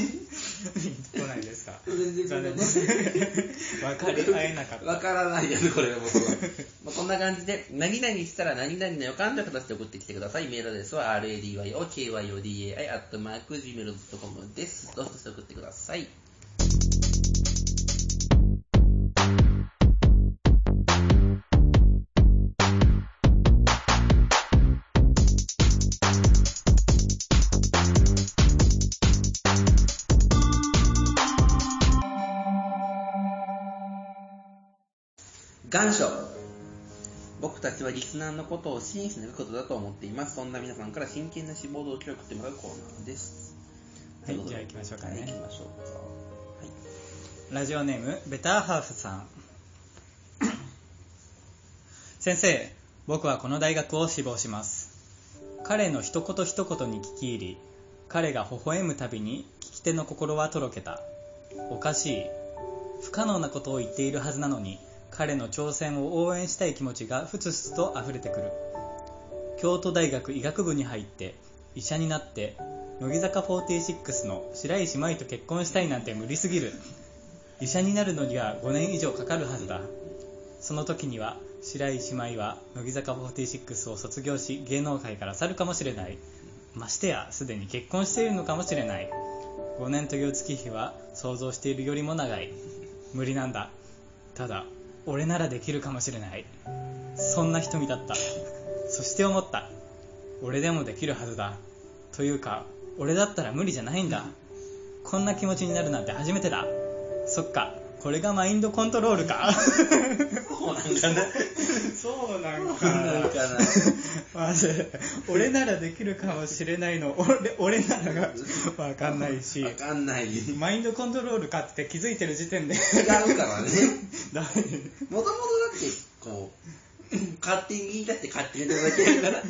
Speaker 2: ないですか
Speaker 1: 全然
Speaker 2: 残 念です分かり合えなかった
Speaker 1: わからないですこれも そうまあこんな感じで何々したら何々の予感という形で送ってきてくださいメールアドレスは radyokyodai.gmail.com ですどうして送ってください願書僕たちはリスナーのことを真摯に書くことだと思っていますそんな皆さんから真剣な志望動機を送ってもらうコーナーです
Speaker 2: はい
Speaker 1: とうことで
Speaker 2: じゃあ行きましょうかね
Speaker 1: はい行きましょうかはい
Speaker 2: ラジオネームベターハーフさん 先生僕はこの大学を志望します彼の一言一言に聞き入り彼が微笑むたびに聞き手の心はとろけたおかしい不可能なことを言っているはずなのに彼の挑戦を応援したい気持ちがふつふつと溢れてくる京都大学医学部に入って医者になって乃木坂46の白石麻衣と結婚したいなんて無理すぎる医者になるのには5年以上かかるはずだその時には白石麻衣は乃木坂46を卒業し芸能界から去るかもしれないましてやすでに結婚しているのかもしれない5年という月日は想像しているよりも長い無理なんだただ俺ならできるかもしれないそんな瞳だったそして思った俺でもできるはずだというか俺だったら無理じゃないんだこんな気持ちになるなんて初めてだそっかこれがマインドコントロールか
Speaker 1: そうなんかな。
Speaker 2: そうなん
Speaker 1: そう なんかな。
Speaker 2: マジ俺ならできるかもしれないの俺俺ならが分かんないし
Speaker 1: わかん ない。違う
Speaker 2: マインドコントロールかって気づいてる時点で
Speaker 1: からね。
Speaker 2: ダメ
Speaker 1: もともとだって、こう、勝手にだって勝手にやるだけだから。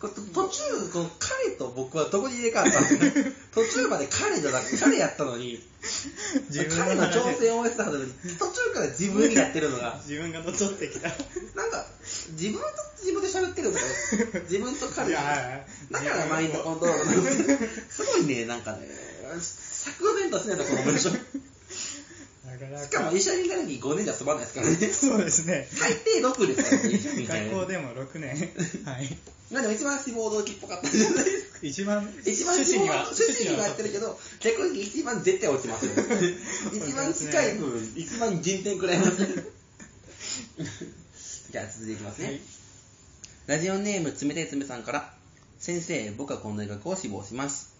Speaker 1: こう途中、この彼と僕はどこに入れ替わったんだろう途中まで彼じゃなくて彼やったのに、
Speaker 2: 自
Speaker 1: 彼
Speaker 2: 分
Speaker 1: の
Speaker 2: の
Speaker 1: 挑
Speaker 2: 話
Speaker 1: 戦を応援してたのに、途中から自分にやってるのが。
Speaker 2: 自分が戻ってきた
Speaker 1: なんか、自分と自分で喋ってるんだよ。自分と彼
Speaker 2: い
Speaker 1: だか
Speaker 2: や
Speaker 1: らマインドコントロールなんて。すごいね、なんかね、作弁としないとこの文章。し
Speaker 2: なかな
Speaker 1: か
Speaker 2: か
Speaker 1: も医者になるに5年じゃ済まないですからね。
Speaker 2: そうですね
Speaker 1: 最低6ですからね、医者 みたい
Speaker 2: 学
Speaker 1: な。
Speaker 2: 校でも6年はい
Speaker 1: なんでも一番志望動機っぽかったんじゃないですか。
Speaker 2: 一番
Speaker 1: 一番
Speaker 2: 趣
Speaker 1: 志望
Speaker 2: 旨には
Speaker 1: 趣旨にはやってるけど、逆に一番絶対落ちますよ。 一番近い部分、一番人点く らいます。じゃあ続いていきますね。
Speaker 2: はい
Speaker 1: ラジオネーム冷ていつめさんから先生僕はこの大学を志望します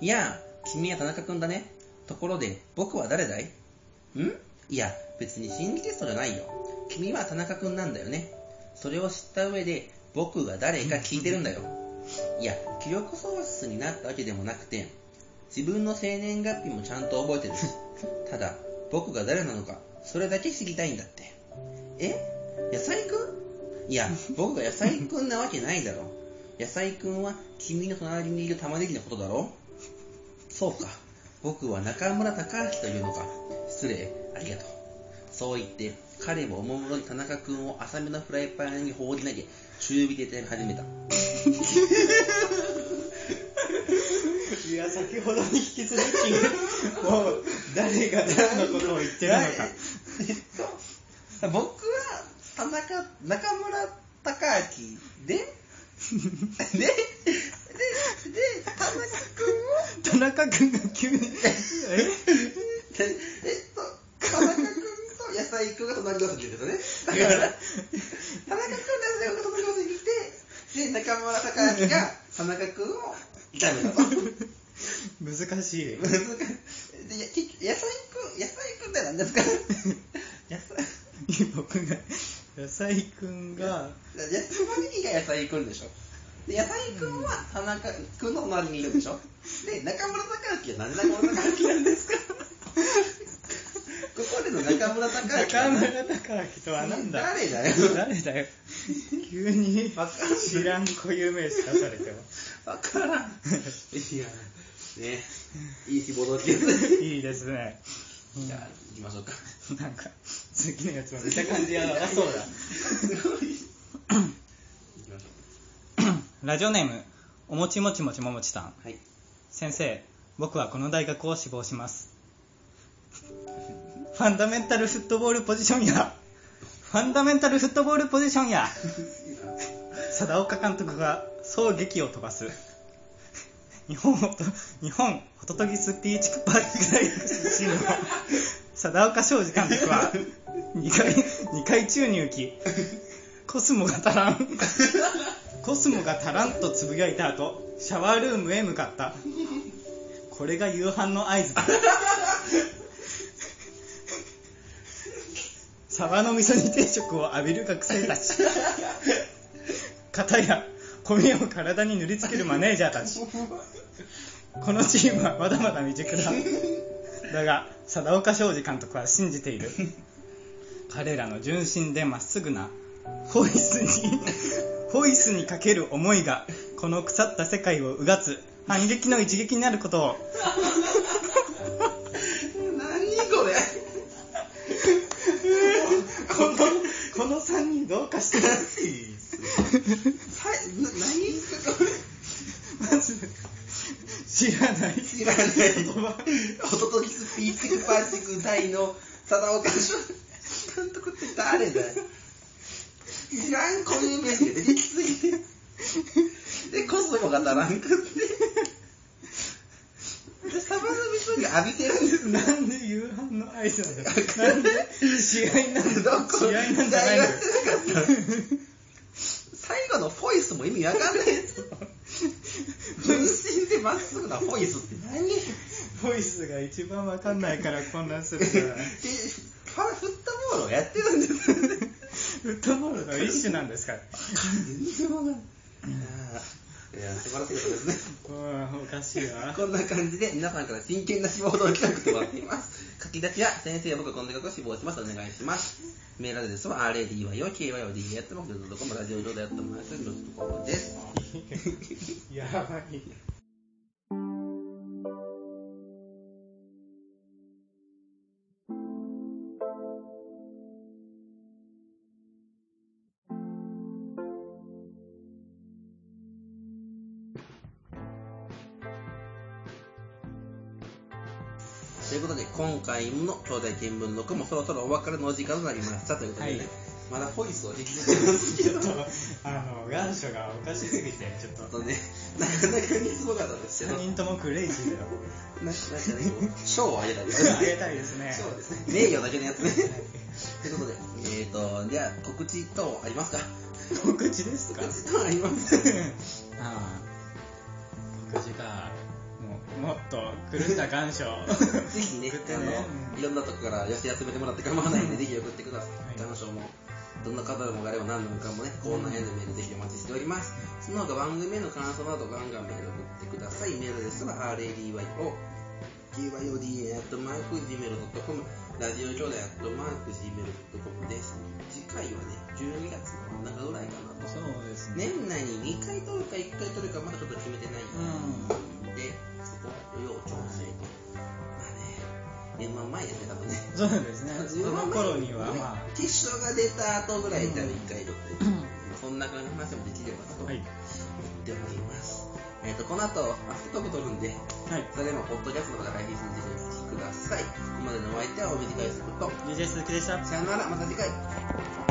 Speaker 1: いやー君は田中君だねところで僕は誰だいんいや別に心理テストじゃないよ君は田中君なんだよねそれを知った上で僕が誰か聞いてるんだよ いや記憶喪失になったわけでもなくて自分の生年月日もちゃんと覚えてる しただ僕が誰なのかそれだけ知りたいんだってえ野菜くんいや僕が野菜くんなわけないだろ野菜くんは君の隣にいる玉ねぎのことだろそうか僕は中村隆明というのか失礼ありがとうそう言って彼もおもむろに田中くんを浅めのフライパンに放り投げ中火で炒め始めた
Speaker 2: いや先ほどに引き続きもう誰が誰のことを言ってる のか
Speaker 1: 僕は田中中村隆明でで ででで田中君
Speaker 2: 田中君が急に
Speaker 1: をでえっと田中君と野菜君が隣同士にいるんですよねだから田中君と野菜君が隣同士にいてで中村隆明が田中君を炒めたと。
Speaker 2: 難しい
Speaker 1: 難しいでや結局野菜くん野菜くんって何ですか 野菜
Speaker 2: 僕が野菜君が
Speaker 1: 野菜玉ねぎが野菜くんでしょで野菜くんは田中くんの隣にいるでしょで中村隆明は何で中村隆明なんですかここでの中村隆明
Speaker 2: 中村隆明とはなんだ
Speaker 1: 誰だよ
Speaker 2: 誰だよ急に
Speaker 1: わかんない
Speaker 2: 知らん固有名詞出されても
Speaker 1: わからんいやねいい希望の気がする
Speaker 2: いいですね
Speaker 1: じゃあ行きましょうか
Speaker 2: なんか次のやつも見た感じやなそうだ
Speaker 1: すごい行きましょ
Speaker 2: ラジオネームおもちもちもちももちさん
Speaker 1: うはい
Speaker 2: 先生僕はこの大学を志望します ファンダメンタルフットボールポジションやファンダメンタルフットボールポジションや貞岡監督が総劇を飛ばす日本ホト日本ホトトギスピーチクパーク大学出身の貞岡庄司監督は2回二回宙に浮きコスモが足らんコスモが足らんとつぶやいた後シャワールームへ向かったこれが夕飯の合図だサバの味噌煮定食を浴びる学生たち片や米を体に塗りつけるマネージャーたちこのチームはまだまだ未熟だだが貞岡庄司監督は信じている彼らの純真でまっすぐなホイスにホイスにかける思いがこの腐った世界をうがつ反撃の一撃になることを
Speaker 1: これ
Speaker 2: このこの3人どうかしてる
Speaker 1: さな何ですかこれ
Speaker 2: まず知らない
Speaker 1: 知らない
Speaker 2: 言葉
Speaker 1: ホトトギスピーチクパーチク大の貞岡翔監督って誰だよいらん固有名詞が出てきすぎてでコスモが足らんくってでサバの水が浴びてるんです
Speaker 2: なんで夕飯の合図なんだよなんで試合なん
Speaker 1: ど
Speaker 2: だ
Speaker 1: こ
Speaker 2: 試合なんじゃないのよ
Speaker 1: 大学最後のフォイスも意味わかんないですよ純真でまっすぐなフォイスって何
Speaker 2: ボイスが一番わかんないから混乱するから
Speaker 1: でパラフットボールをやってるんですよね
Speaker 2: フットボールの一種なんですから
Speaker 1: 全然わかんないいやー素晴らしいことですね
Speaker 2: うんおかしい わ
Speaker 1: こんな感じで皆さんから真剣な志望動機をもらっています書き出しは先生僕はこの大学を志望しますお願いしますメールアドレスは RADYOKYOD やってますどこもラジオ上でやってますよところです
Speaker 2: やばい
Speaker 1: ということで、今回の東大見聞録もそろそろお別れのお時間となりましたということでね、
Speaker 2: はい
Speaker 1: まだホイスを引きずってますけ
Speaker 2: ちょ
Speaker 1: ど、
Speaker 2: っ
Speaker 1: ち
Speaker 2: とあの願書がおかしすぎてちょっ
Speaker 1: ょっと
Speaker 2: と
Speaker 1: ね、なかなかにすごかったですけど、
Speaker 2: 3
Speaker 1: な
Speaker 2: 人ともクレイジーだよ
Speaker 1: なんかね、 こう賞をあげたり とか
Speaker 2: あげたいですね
Speaker 1: 賞ですね、名誉だけのやつね。ということで、えっ、ー、と、じゃあ告知等ありますか
Speaker 2: 告知ですか
Speaker 1: 告知等ありますか
Speaker 2: ああ告知かもうもっと狂った願書
Speaker 1: ぜひね
Speaker 2: 送って
Speaker 1: あ
Speaker 2: ね
Speaker 1: の、いろんなとこから寄せ集めてもらって構わないんで、
Speaker 2: うん
Speaker 1: ぜひ送ってください。
Speaker 2: はい
Speaker 1: 願書も、どんな方でもあれば何でもかもね、コーナーへのメールぜひお待ちしております。その他番組への感想などガンガンメール送ってください。メールですは RADYO、kyoda.gmail.com、ラジオ兄弟 .gmail.com です。次回はね、12月の中ぐらいかなと。
Speaker 2: そうですね
Speaker 1: 年内に2回取るか1回取るかまだちょっと決めてないんで、そこを要調整と。まあね、年末前ですね、多分ね。
Speaker 2: そうですねそ
Speaker 1: 年
Speaker 2: の
Speaker 1: 末前
Speaker 2: 頃にはまあ
Speaker 1: 決勝が出た後ぐらいじゃあ1回取って、そんな感じの話もできればと思
Speaker 2: は
Speaker 1: っ
Speaker 2: い
Speaker 1: ております。えっ、と、この後、アフトーク取るんで、
Speaker 2: はい
Speaker 1: それでもポッドキャストとか来日する時にお聞きください。ここまでのお相手はお短いすると。
Speaker 2: DJ 鈴木でした
Speaker 1: さよなら、また次回。
Speaker 2: バイバイ。